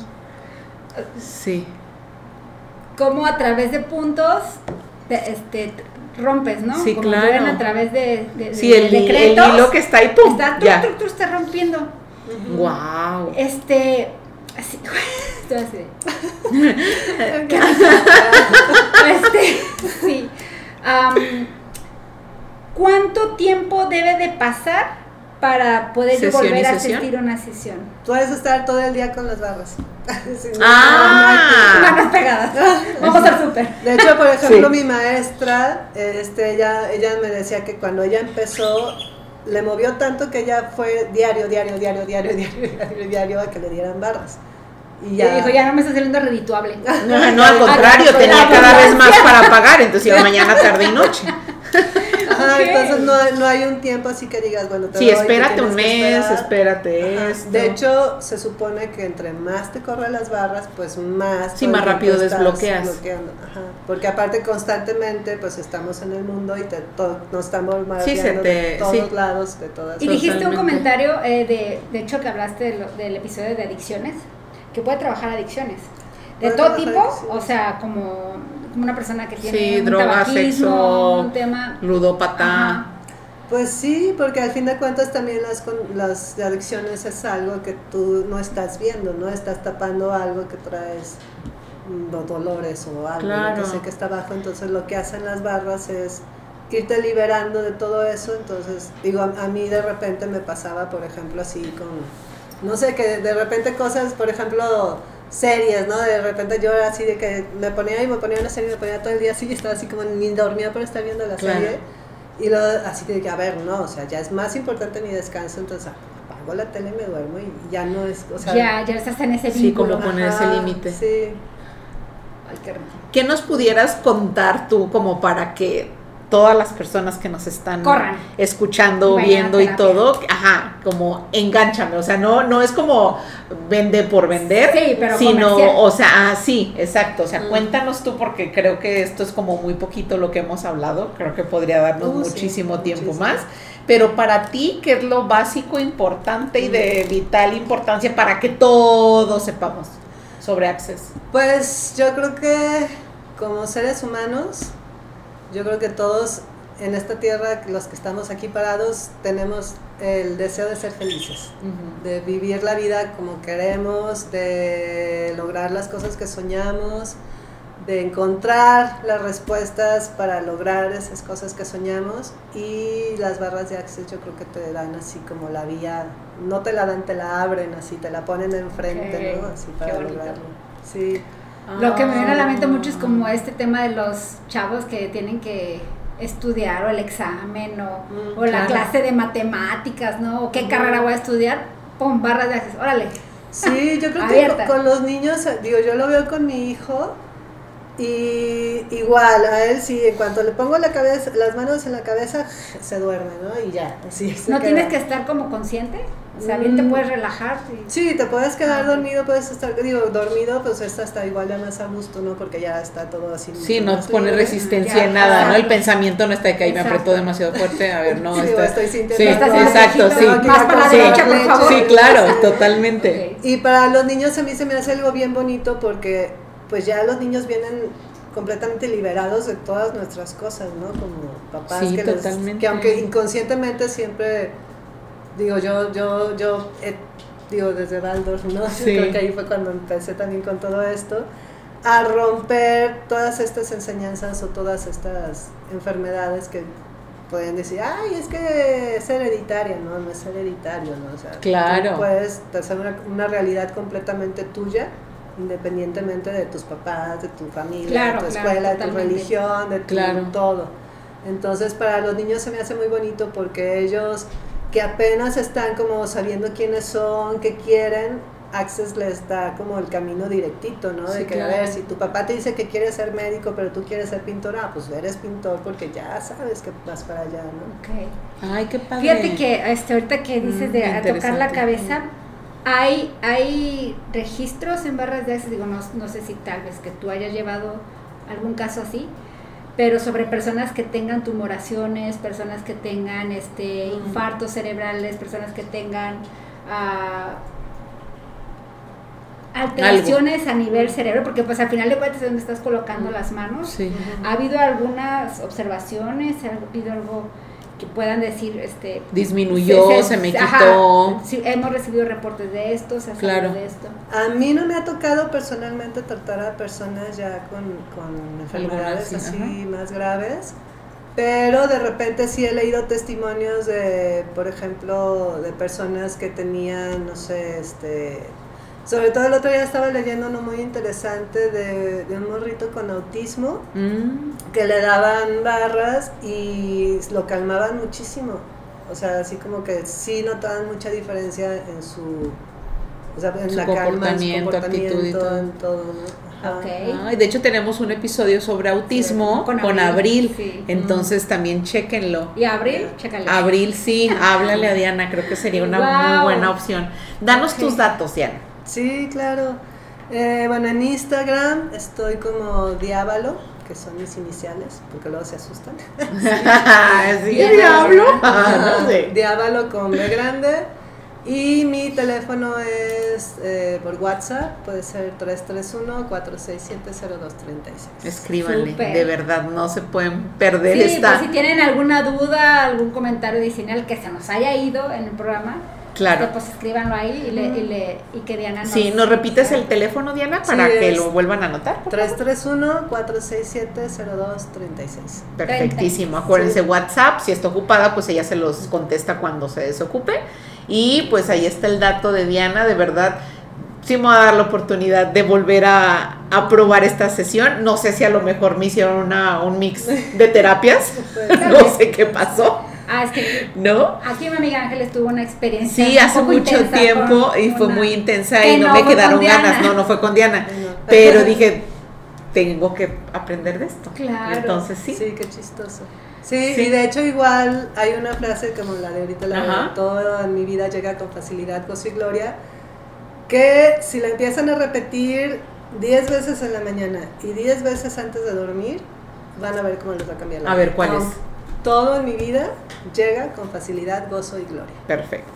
Speaker 3: sí.
Speaker 1: Como a través de puntos te- este, t- rompes, ¿no?
Speaker 3: Sí,
Speaker 1: como
Speaker 3: claro.
Speaker 1: Yuen a través de, de,
Speaker 3: Sí,
Speaker 1: de
Speaker 3: el, el
Speaker 1: decretos.
Speaker 3: hilo que está ahí, ¡pum!
Speaker 1: Está, tru,
Speaker 3: ya.
Speaker 1: tru, tru, está rompiendo.
Speaker 2: Ujú.
Speaker 3: Wow.
Speaker 1: Este. Así. estoy así de- Este, sí. Am, ¿Cuánto tiempo debe de pasar para poder yo
Speaker 3: ¿Sesión y
Speaker 1: volver a
Speaker 3: sesión?
Speaker 1: asistir a una sesión?
Speaker 2: Puedes estar todo el día con las barras. Sí, no,
Speaker 3: Ah.
Speaker 1: Manos pegadas. Vamos al súper.
Speaker 2: De hecho, por ejemplo,
Speaker 3: Sí.
Speaker 2: mi maestra, eh, este, ella, ella me decía que cuando ella empezó, le movió tanto que ella fue diario, diario, diario, diario, diario, diario, diario a que le dieran barras. Y
Speaker 1: Ya.
Speaker 2: ya.
Speaker 1: dijo, ya no me está saliendo redituable.
Speaker 3: No, no, al contrario,
Speaker 1: la
Speaker 3: tenía cada vez más
Speaker 1: abundancia.
Speaker 3: para pagar, entonces iba mañana, tarde y noche.
Speaker 2: Ajá,
Speaker 1: Ok.
Speaker 2: Entonces no, hay- no hay un tiempo así que digas, bueno, te
Speaker 3: Sí,
Speaker 2: doy, te
Speaker 3: espérate
Speaker 2: tienes
Speaker 3: un
Speaker 2: que
Speaker 3: mes,
Speaker 2: esperar.
Speaker 3: espérate
Speaker 2: Ajá.
Speaker 3: esto.
Speaker 2: De hecho, se supone que entre más te corren las barras, pues más. todo
Speaker 3: Sí,
Speaker 2: el
Speaker 3: más rápido
Speaker 2: tiempo estás
Speaker 3: desbloqueas.
Speaker 2: bloqueando, ajá. Porque aparte constantemente, pues estamos en el mundo y te, to- nos estamos bombardeando
Speaker 3: te-
Speaker 2: de todos
Speaker 3: sí.
Speaker 2: lados, de todas.
Speaker 1: Y dijiste un
Speaker 3: Totalmente.
Speaker 1: comentario, eh, de, de hecho, que hablaste de lo- del episodio de adicciones, que puede trabajar adicciones. de
Speaker 2: Bueno,
Speaker 1: todo
Speaker 2: ajá,
Speaker 1: tipo,
Speaker 2: sí.
Speaker 1: o sea, como, como una persona que tiene
Speaker 3: Sí,
Speaker 1: un
Speaker 3: droga,
Speaker 1: tabaquismo,
Speaker 3: sexo,
Speaker 1: un tema.
Speaker 3: ludópata.
Speaker 1: Ajá.
Speaker 2: Pues sí, porque al fin de cuentas también las, con- las adicciones es algo que tú no estás viendo, ¿no? Estás tapando algo que traes mm, do- dolores o algo ¿no?
Speaker 3: Claro.
Speaker 2: que sé que está abajo. Entonces lo que hacen las barras es irte liberando de todo eso. Entonces, digo, a, a mí de repente me pasaba, por ejemplo, así con, no sé, que de repente cosas, por ejemplo series, ¿no? De repente yo era así de que me ponía y me ponía una serie, me ponía todo el día así y estaba así como ni dormía por estar viendo la
Speaker 3: Claro.
Speaker 2: serie. Y lo, así de que, a ver, no, o sea, ya es más importante mi descanso, entonces apago la tele y me duermo y ya no es, o sea...
Speaker 1: ya, ya estás en ese
Speaker 3: Sí,
Speaker 1: vínculo.
Speaker 3: como- poner ese límite.
Speaker 2: Sí.
Speaker 1: Ay, qué rico.
Speaker 3: ¿Qué nos pudieras contar tú como para que todas las personas que nos están
Speaker 1: Corran.
Speaker 3: escuchando,
Speaker 1: Vayan a
Speaker 3: viendo y
Speaker 1: terapia.
Speaker 3: todo, ajá, como engánchame, o sea, no no es como vende por vender,
Speaker 1: Sí, pero
Speaker 3: sino,
Speaker 1: comercial.
Speaker 3: o sea, ah, sí, exacto, o sea,
Speaker 2: Mm.
Speaker 3: cuéntanos tú porque creo que esto es como muy poquito lo que hemos hablado, creo que podría darnos
Speaker 2: Uh, sí,
Speaker 3: muchísimo tiempo
Speaker 2: muchísimo.
Speaker 3: más, pero para ti, ¿qué es lo básico, importante y de
Speaker 1: Mm.
Speaker 3: vital importancia para que todos sepamos sobre Access?
Speaker 2: Pues yo creo que como seres humanos, yo creo que todos en esta tierra, los que estamos aquí parados, tenemos el deseo de ser felices. de vivir la vida como queremos, de lograr las cosas que soñamos, de encontrar las respuestas para lograr esas cosas que soñamos y las barras de Access yo creo que te dan así como la vía, no te la dan, te la abren así, te la ponen enfrente,
Speaker 1: Ok,
Speaker 2: ¿no? Así
Speaker 1: qué
Speaker 2: para
Speaker 1: bonito.
Speaker 2: lograrlo. Sí,
Speaker 1: Lo que me viene a la mente mucho es
Speaker 3: Ah.
Speaker 1: como este tema de los chavos que tienen que estudiar o el examen o,
Speaker 2: Mm,
Speaker 1: o la
Speaker 3: claro.
Speaker 1: clase de matemáticas, ¿no? O qué carrera voy a estudiar, pon barras de acceso, órale.
Speaker 2: Sí, yo creo
Speaker 1: Abierta.
Speaker 2: que con los niños, digo, yo lo veo con mi hijo y igual a él sí, en cuanto le pongo la cabeza, las manos en la cabeza, se duerme, ¿no? Y ya, así se
Speaker 1: No
Speaker 2: queda.
Speaker 1: tienes que estar como consciente, o sea, bien te
Speaker 2: Mm.
Speaker 1: puedes relajar. y-
Speaker 2: Sí, te puedes
Speaker 1: Ah,
Speaker 2: quedar
Speaker 1: ok.
Speaker 2: dormido, puedes estar, digo, dormido, pues esta está igual ya más a gusto, ¿no? Porque ya está todo así.
Speaker 3: Sí,
Speaker 2: mucho
Speaker 3: no
Speaker 2: más
Speaker 3: pone
Speaker 2: libre.
Speaker 3: resistencia
Speaker 1: Ya,
Speaker 3: en nada, ¿no? El
Speaker 1: exacto.
Speaker 3: pensamiento no está de que ahí me apretó
Speaker 1: Exacto.
Speaker 3: demasiado fuerte. A ver, no,
Speaker 2: Sí,
Speaker 3: está-
Speaker 2: o estoy
Speaker 3: Sí,
Speaker 2: sintiendo.
Speaker 1: Estás
Speaker 2: algo.
Speaker 3: exacto, sí.
Speaker 2: Tengo que ir
Speaker 1: Más
Speaker 2: a
Speaker 1: para la
Speaker 3: Sí,
Speaker 1: derecha,
Speaker 2: comprar
Speaker 1: por
Speaker 2: leche.
Speaker 1: favor.
Speaker 3: sí, claro, totalmente.
Speaker 1: Ok.
Speaker 2: Y para los niños a mí se me hace algo bien bonito porque pues ya los niños vienen completamente liberados de todas nuestras cosas, ¿no? Como papás
Speaker 3: Sí,
Speaker 2: que, les-
Speaker 3: totalmente.
Speaker 2: que aunque inconscientemente siempre digo yo yo yo eh, digo desde Baldor, ¿no? Yo
Speaker 3: Sí.
Speaker 2: Creo que ahí fue cuando empecé también con todo esto a romper todas estas enseñanzas o todas estas enfermedades que pueden decir, ay, es que es hereditaria, no, no es hereditario, ¿no? O sea, tú
Speaker 3: Claro.
Speaker 2: puedes hacer una, una realidad completamente tuya, independientemente de tus papás, de tu familia,
Speaker 1: Claro,
Speaker 2: de tu
Speaker 1: claro,
Speaker 2: escuela, de tu
Speaker 1: totalmente.
Speaker 2: religión, de tu
Speaker 3: Claro.
Speaker 2: todo. Entonces, para los niños se me hace muy bonito porque ellos que apenas están como sabiendo quiénes son, qué quieren, Access les da como el camino directito, ¿no?
Speaker 3: Sí,
Speaker 2: de que,
Speaker 3: claro.
Speaker 2: a ver, si tu papá te dice que quieres ser médico, pero tú quieres ser pintor, ah, pues eres pintor porque ya sabes que vas para allá, ¿no?
Speaker 1: Ok.
Speaker 3: Ay, qué padre.
Speaker 1: Fíjate que este, ahorita que dices
Speaker 3: Mm,
Speaker 1: de a tocar la
Speaker 3: interesante.
Speaker 1: cabeza, hay, hay registros en barras de acceso, digo, no, no sé si tal vez que tú hayas llevado algún caso así, pero sobre personas que tengan tumoraciones, personas que tengan este
Speaker 2: Mm.
Speaker 1: infartos cerebrales, personas que tengan ah, alteraciones a
Speaker 2: Mm.
Speaker 1: nivel cerebro, porque pues al final de cuentas es donde estás colocando las manos.
Speaker 3: Sí.
Speaker 1: ¿Ha habido algunas observaciones? ¿Ha habido algo que puedan decir, este...
Speaker 3: Disminuyó, se me
Speaker 1: ajá,
Speaker 3: quitó.
Speaker 1: sí, hemos recibido reportes de esto, se ha sabido
Speaker 3: Claro.
Speaker 1: de esto.
Speaker 2: A mí no me ha tocado personalmente tratar a personas ya con, con enfermedades
Speaker 3: sí,
Speaker 2: así
Speaker 3: ajá.
Speaker 2: más graves, pero de repente sí he leído testimonios de, por ejemplo, de personas que tenían, no sé, este... Sobre todo el otro día estaba leyendo uno muy interesante de, de un morrito con autismo
Speaker 3: Mm,
Speaker 2: que le daban barras y lo calmaban muchísimo. O sea, así como que sí notaban mucha diferencia en su, o sea, en
Speaker 3: Su
Speaker 2: la calma, en su
Speaker 3: comportamiento, actitud y
Speaker 2: comportamiento,
Speaker 3: todo.
Speaker 2: en todo, ¿no? Ajá.
Speaker 1: Ok.
Speaker 3: Ay, de hecho, tenemos un episodio sobre autismo con, Abril.
Speaker 1: Abril, sí. Mm.
Speaker 3: Entonces, también chéquenlo.
Speaker 1: Y Abril, chécale.
Speaker 3: Abril, sí, háblale a Diana, creo que sería una muy
Speaker 1: Wow.
Speaker 3: buena opción. Danos
Speaker 1: Ok.
Speaker 3: tus datos, Diana.
Speaker 2: Sí, claro. Eh, bueno, en Instagram estoy como Diávalo, que son mis iniciales, porque luego se asustan.
Speaker 3: ¿Sí,
Speaker 1: Diana.
Speaker 3: diablo? Ah, no sé.
Speaker 2: Diávalo con B grande. Y mi teléfono es eh, por WhatsApp, puede ser 331-467-0236.
Speaker 3: Escríbanle,
Speaker 1: Súper.
Speaker 3: de verdad, no se pueden perder
Speaker 1: Sí,
Speaker 3: esta.
Speaker 1: pues si tienen alguna duda, algún comentario adicional que se nos haya ido en el programa,
Speaker 3: Claro.
Speaker 1: pues escríbanlo ahí y, le, y, le- y que Diana nos...
Speaker 3: Sí, ¿nos repites el teléfono, Diana, para
Speaker 2: Sí,
Speaker 3: que
Speaker 2: es-
Speaker 3: lo vuelvan a anotar?
Speaker 2: 331-467-0236.
Speaker 3: Perfectísimo. Acuérdense,
Speaker 2: Sí.
Speaker 3: WhatsApp, si está ocupada, pues ella se los contesta cuando se desocupe. Y pues ahí está el dato de Diana, de verdad. Sí me va a dar la oportunidad de volver a, a probar esta sesión. No sé si a lo mejor me hicieron una, un mix de terapias. no sé qué pasó,
Speaker 1: Ah, es que
Speaker 3: ¿no?
Speaker 1: aquí mi amiga Ángeles tuvo una experiencia
Speaker 3: Sí,
Speaker 1: un
Speaker 3: hace
Speaker 1: poco
Speaker 3: mucho
Speaker 1: intensa
Speaker 3: tiempo
Speaker 1: con
Speaker 3: y fue
Speaker 1: una-
Speaker 3: muy intensa
Speaker 1: que
Speaker 3: y no,
Speaker 1: no
Speaker 3: me
Speaker 1: fue
Speaker 3: quedaron
Speaker 1: con
Speaker 3: ganas,
Speaker 1: Diana.
Speaker 3: no, no fue con Diana,
Speaker 2: No.
Speaker 3: pero dije, tengo que aprender de esto.
Speaker 1: Claro.
Speaker 3: Entonces sí.
Speaker 2: Sí, qué chistoso. Sí,
Speaker 3: Sí.
Speaker 2: y de hecho igual hay una frase como la de ahorita, la
Speaker 3: Ajá.
Speaker 2: de todo en mi vida llega con facilidad, gozo y gloria, que si la empiezan a repetir 10 veces en la mañana y 10 veces antes de dormir, van a ver cómo les va a cambiar la
Speaker 3: A
Speaker 2: vida.
Speaker 3: ver, ¿cuál
Speaker 2: No,
Speaker 3: es?
Speaker 2: Todo en mi vida llega con facilidad, gozo y gloria.
Speaker 3: Perfecto.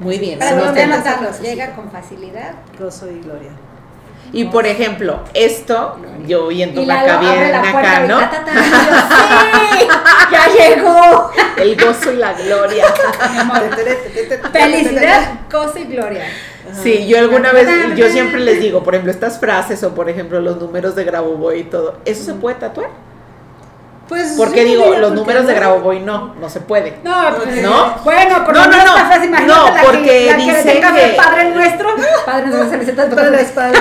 Speaker 3: Muy bien.
Speaker 1: Para
Speaker 3: se
Speaker 1: que
Speaker 3: nos
Speaker 2: no
Speaker 1: usted
Speaker 2: te-
Speaker 3: den-
Speaker 1: anotarlo,
Speaker 2: Sí.
Speaker 1: llega con facilidad.
Speaker 2: Gozo y gloria.
Speaker 3: Y por ejemplo, esto, yo oyendo
Speaker 1: Y
Speaker 3: la
Speaker 1: Lalo abre la
Speaker 3: acá,
Speaker 1: puerta
Speaker 3: acá,
Speaker 1: y
Speaker 3: ¿no?
Speaker 1: ta, ta, ta, y yo, ¡Sí! ¡Ya llegó!
Speaker 3: El gozo y la gloria.
Speaker 1: Felicidad, gozo y gloria.
Speaker 3: Sí, yo alguna vez,
Speaker 1: Tarán.
Speaker 3: yo siempre les digo, por ejemplo, estas frases o por ejemplo los números de Grabovoi y todo, ¿eso
Speaker 1: Mm.
Speaker 3: se puede tatuar?
Speaker 2: Pues
Speaker 3: Porque
Speaker 2: yo
Speaker 3: digo,
Speaker 2: diría,
Speaker 3: los
Speaker 2: ¿por qué
Speaker 3: números de
Speaker 2: no?
Speaker 3: Grabovoi no, no se puede.
Speaker 1: No, pues,
Speaker 3: ¿No?
Speaker 1: Bueno, por
Speaker 3: No,
Speaker 1: lo
Speaker 3: no,
Speaker 1: menos
Speaker 3: no.
Speaker 1: esta frase, imagínate
Speaker 3: No,
Speaker 1: la que-
Speaker 3: porque
Speaker 1: la que
Speaker 3: dice
Speaker 1: le tenga el
Speaker 3: que-
Speaker 1: Padre nuestro. Padre nuestro, solicitas por
Speaker 2: Para la
Speaker 1: favor.
Speaker 2: espalda.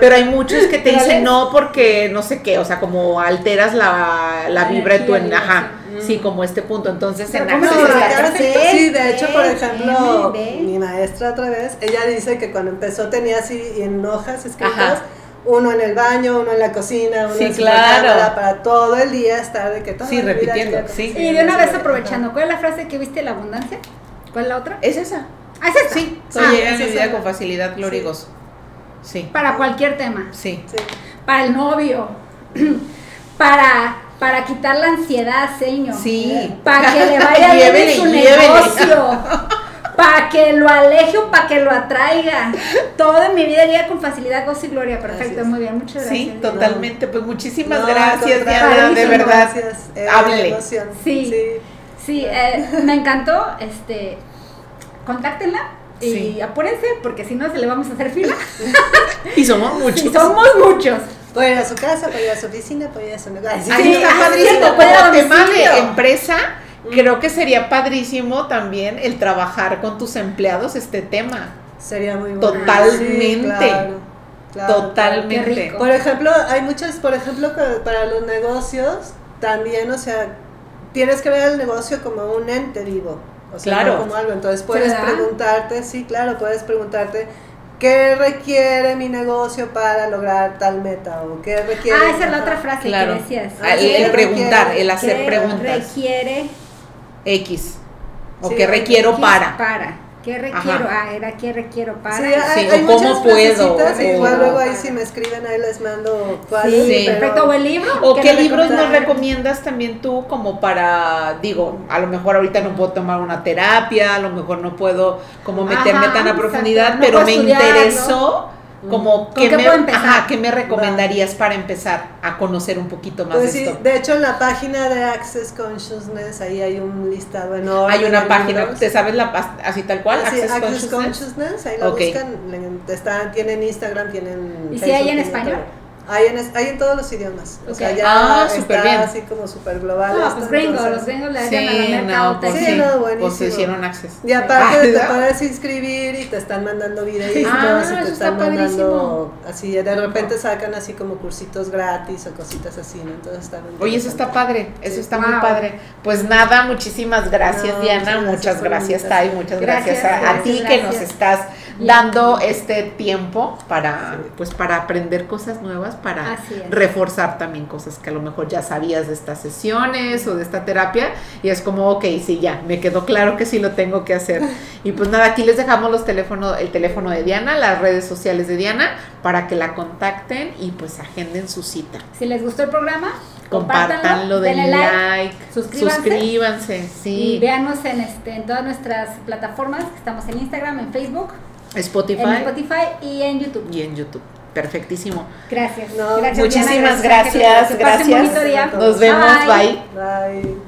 Speaker 3: Pero hay muchos que te
Speaker 1: ¿Ya
Speaker 3: dicen
Speaker 1: ves?
Speaker 3: no porque no sé qué, o sea, como alteras la, la vibra de tu
Speaker 1: Energía,
Speaker 3: ajá, sí, como este punto. Entonces
Speaker 1: Pero
Speaker 3: en
Speaker 1: ¿cómo
Speaker 2: No,
Speaker 3: Access
Speaker 1: se
Speaker 3: está
Speaker 1: saca?
Speaker 2: ya
Speaker 3: perfecto.
Speaker 2: sé. sí, de hecho, por
Speaker 1: Ve,
Speaker 2: ejemplo,
Speaker 1: ve, ve.
Speaker 2: mi maestra otra vez, ella dice que cuando empezó tenía así en hojas escritas,
Speaker 3: Ajá.
Speaker 2: uno en el baño, uno en la cocina, uno
Speaker 3: Sí,
Speaker 2: en su
Speaker 3: claro.
Speaker 2: recámara, para todo el día estar de que todo
Speaker 3: Sí,
Speaker 2: el día
Speaker 3: repitiendo,
Speaker 2: aquí,
Speaker 3: sí.
Speaker 1: Y de una vez aprovechando, ¿cuál es la frase que viste la abundancia? ¿Cuál es la otra?
Speaker 3: Es esa.
Speaker 1: Ah, es esta.
Speaker 3: Sí,
Speaker 1: Ah,
Speaker 3: soy en
Speaker 1: es
Speaker 3: mi
Speaker 1: esa.
Speaker 3: vida con facilidad gloria y
Speaker 2: Sí.
Speaker 3: gozo. Sí.
Speaker 1: Para cualquier tema.
Speaker 3: Sí.
Speaker 2: Sí.
Speaker 1: Para el novio. para, para quitar la ansiedad, señor.
Speaker 3: Sí.
Speaker 1: Para que le vaya bien en
Speaker 3: Llévele,
Speaker 1: su
Speaker 3: llévele.
Speaker 1: negocio. Para que lo aleje o para que lo atraiga. Todo en mi vida llega con facilidad, gozo y gloria.
Speaker 2: Así
Speaker 1: Perfecto,
Speaker 2: es.
Speaker 1: muy bien, muchas gracias.
Speaker 3: Sí, totalmente. Pues muchísimas
Speaker 2: No, al
Speaker 3: gracias,
Speaker 2: contrario,
Speaker 3: Diana, de
Speaker 1: padrísimo,
Speaker 3: verdad.
Speaker 2: Gracias. eh,
Speaker 3: Háblele.
Speaker 2: emoción.
Speaker 1: Sí. Sí, eh, me encantó. Este, contáctenla y
Speaker 3: Sí.
Speaker 1: apúrense porque si no se le vamos a hacer fila.
Speaker 3: Y somos muchos.
Speaker 1: Y somos muchos.
Speaker 2: Puede ir a su casa, puede ir a su oficina, puede ir a su negocio.
Speaker 3: Ahí
Speaker 1: Sí,
Speaker 3: está
Speaker 1: ah,
Speaker 3: padrísimo.
Speaker 1: cierto,
Speaker 3: Como Mm.
Speaker 1: puede a
Speaker 3: tema de
Speaker 1: domicilio.
Speaker 3: empresa, creo que sería padrísimo también el trabajar con tus empleados este tema.
Speaker 2: Sería muy bueno.
Speaker 3: Totalmente.
Speaker 2: Sí, claro, claro.
Speaker 1: Qué
Speaker 3: Totalmente.
Speaker 1: rico.
Speaker 2: Por ejemplo, hay muchas, por ejemplo, que para los negocios también, o sea, tienes que ver el negocio como un ente vivo, o sea,
Speaker 3: Claro.
Speaker 2: no como algo. Entonces puedes
Speaker 1: ¿Verdad?
Speaker 2: preguntarte, sí, claro, puedes preguntarte qué requiere mi negocio para lograr tal meta o qué requiere.
Speaker 1: Ah, esa es la
Speaker 2: Ajá.
Speaker 1: otra frase
Speaker 3: Claro.
Speaker 1: que decías.
Speaker 2: Ah,
Speaker 3: El,
Speaker 2: sí,
Speaker 3: el
Speaker 2: requiere-
Speaker 3: preguntar, el hacer
Speaker 1: ¿Qué
Speaker 3: preguntas.
Speaker 1: requiere
Speaker 3: X. O
Speaker 2: Sí,
Speaker 3: que requiero
Speaker 1: ¿Qué
Speaker 3: para.
Speaker 1: Para. ¿Qué requiero?
Speaker 3: Ajá.
Speaker 1: Ah, era ¿qué requiero para?
Speaker 2: Sí, hay,
Speaker 3: Sí,
Speaker 2: hay
Speaker 3: o cómo
Speaker 2: muchas
Speaker 3: puedo,
Speaker 2: frasecitas y
Speaker 3: o-
Speaker 2: igual luego ahí si me escriben ahí les mando cuál
Speaker 1: Sí,
Speaker 3: Sí.
Speaker 1: perfecto. O el libro.
Speaker 3: ¿O
Speaker 1: que
Speaker 3: qué
Speaker 1: me
Speaker 3: libros nos
Speaker 1: recomendaron.
Speaker 3: recomiendas también tú como para, digo, a lo mejor ahorita no puedo tomar una terapia, a lo mejor no puedo como meterme
Speaker 1: Ajá,
Speaker 3: tan a
Speaker 1: exacto.
Speaker 3: profundidad,
Speaker 1: No
Speaker 3: pero
Speaker 1: puedo
Speaker 3: me
Speaker 1: estudiar, ¿no? Mm.
Speaker 3: interesó como
Speaker 1: ¿Con
Speaker 3: que
Speaker 1: qué
Speaker 3: me,
Speaker 1: puedo empezar?
Speaker 3: ajá, ¿qué me recomendarías para empezar a conocer un poquito más
Speaker 2: Pues
Speaker 3: de
Speaker 2: sí,
Speaker 3: esto.
Speaker 2: de hecho en la página de Access Consciousness ahí hay un listado enorme.
Speaker 3: Hay
Speaker 2: de
Speaker 3: una página,
Speaker 2: libros. Ah,
Speaker 3: ¿te sabes la pas- así tal cual?
Speaker 2: Sí,
Speaker 3: Access
Speaker 2: Access
Speaker 3: Consciousness.
Speaker 2: Consciousness, ahí la
Speaker 3: Ok.
Speaker 2: buscan, le- está- tienen Instagram, tienen
Speaker 1: ¿Y si hay en
Speaker 2: tienen
Speaker 1: español?
Speaker 2: todo. Hay en, es- hay en todos los idiomas. O sea,
Speaker 1: Ok.
Speaker 2: ya
Speaker 3: Ah,
Speaker 2: está
Speaker 3: súper bien.
Speaker 2: así como súper global.
Speaker 1: No,
Speaker 2: esto,
Speaker 1: pues gringos,
Speaker 2: entonces.
Speaker 1: los gringos le
Speaker 3: Sí,
Speaker 1: llaman a la
Speaker 3: no, pues
Speaker 1: mercadotecnia.
Speaker 2: Sí,
Speaker 3: sí,
Speaker 2: no,
Speaker 3: pues se
Speaker 2: buenísimo.
Speaker 3: hicieron Access.
Speaker 2: Y aparte te
Speaker 3: Ah,
Speaker 2: puedes inscribir y te están mandando videitos
Speaker 3: Ah,
Speaker 2: y te
Speaker 3: eso está
Speaker 2: están mandando así, de repente sacan así como cursitos gratis o cositas así, ¿no? Entonces está muy
Speaker 3: Oye, eso está
Speaker 2: interesante.
Speaker 3: padre, eso
Speaker 2: Sí.
Speaker 3: está
Speaker 1: Wow.
Speaker 3: muy padre. Pues nada, muchísimas gracias
Speaker 2: No, muchas
Speaker 3: Diana,
Speaker 2: gracias
Speaker 3: muchas
Speaker 2: por la
Speaker 3: gracias Tai,
Speaker 2: invitación.
Speaker 3: muchas
Speaker 1: Gracias,
Speaker 3: gracias, a, a
Speaker 1: gracias,
Speaker 3: ti que nos
Speaker 1: gracias.
Speaker 3: estás
Speaker 1: Bien.
Speaker 3: dando este tiempo para pues para aprender cosas nuevas, para
Speaker 1: Así es.
Speaker 3: reforzar también cosas que a lo mejor ya sabías de estas sesiones o de esta terapia y es como, ok, sí, ya, me quedó claro que sí lo tengo que hacer. Y pues nada, aquí les dejamos los teléfonos, el teléfono de Diana, las redes sociales de Diana para que la contacten y pues agenden su cita.
Speaker 1: Si les gustó el programa,
Speaker 3: Compártanlo, denle like,
Speaker 1: suscríbanse.
Speaker 3: suscríbanse,
Speaker 1: Y
Speaker 3: sí.
Speaker 1: véanos en, este, en todas nuestras plataformas, que estamos en Instagram, en Facebook,
Speaker 3: Spotify,
Speaker 1: en Spotify y en YouTube.
Speaker 3: y en YouTube. Perfectísimo.
Speaker 1: Gracias.
Speaker 4: No,
Speaker 1: gracias
Speaker 4: muchísimas
Speaker 1: Diana,
Speaker 2: gracias,
Speaker 1: Ángel. Que pasen
Speaker 2: gracias.
Speaker 1: bonito día.
Speaker 4: Nos
Speaker 3: Nos vemos, bye.
Speaker 4: Bye.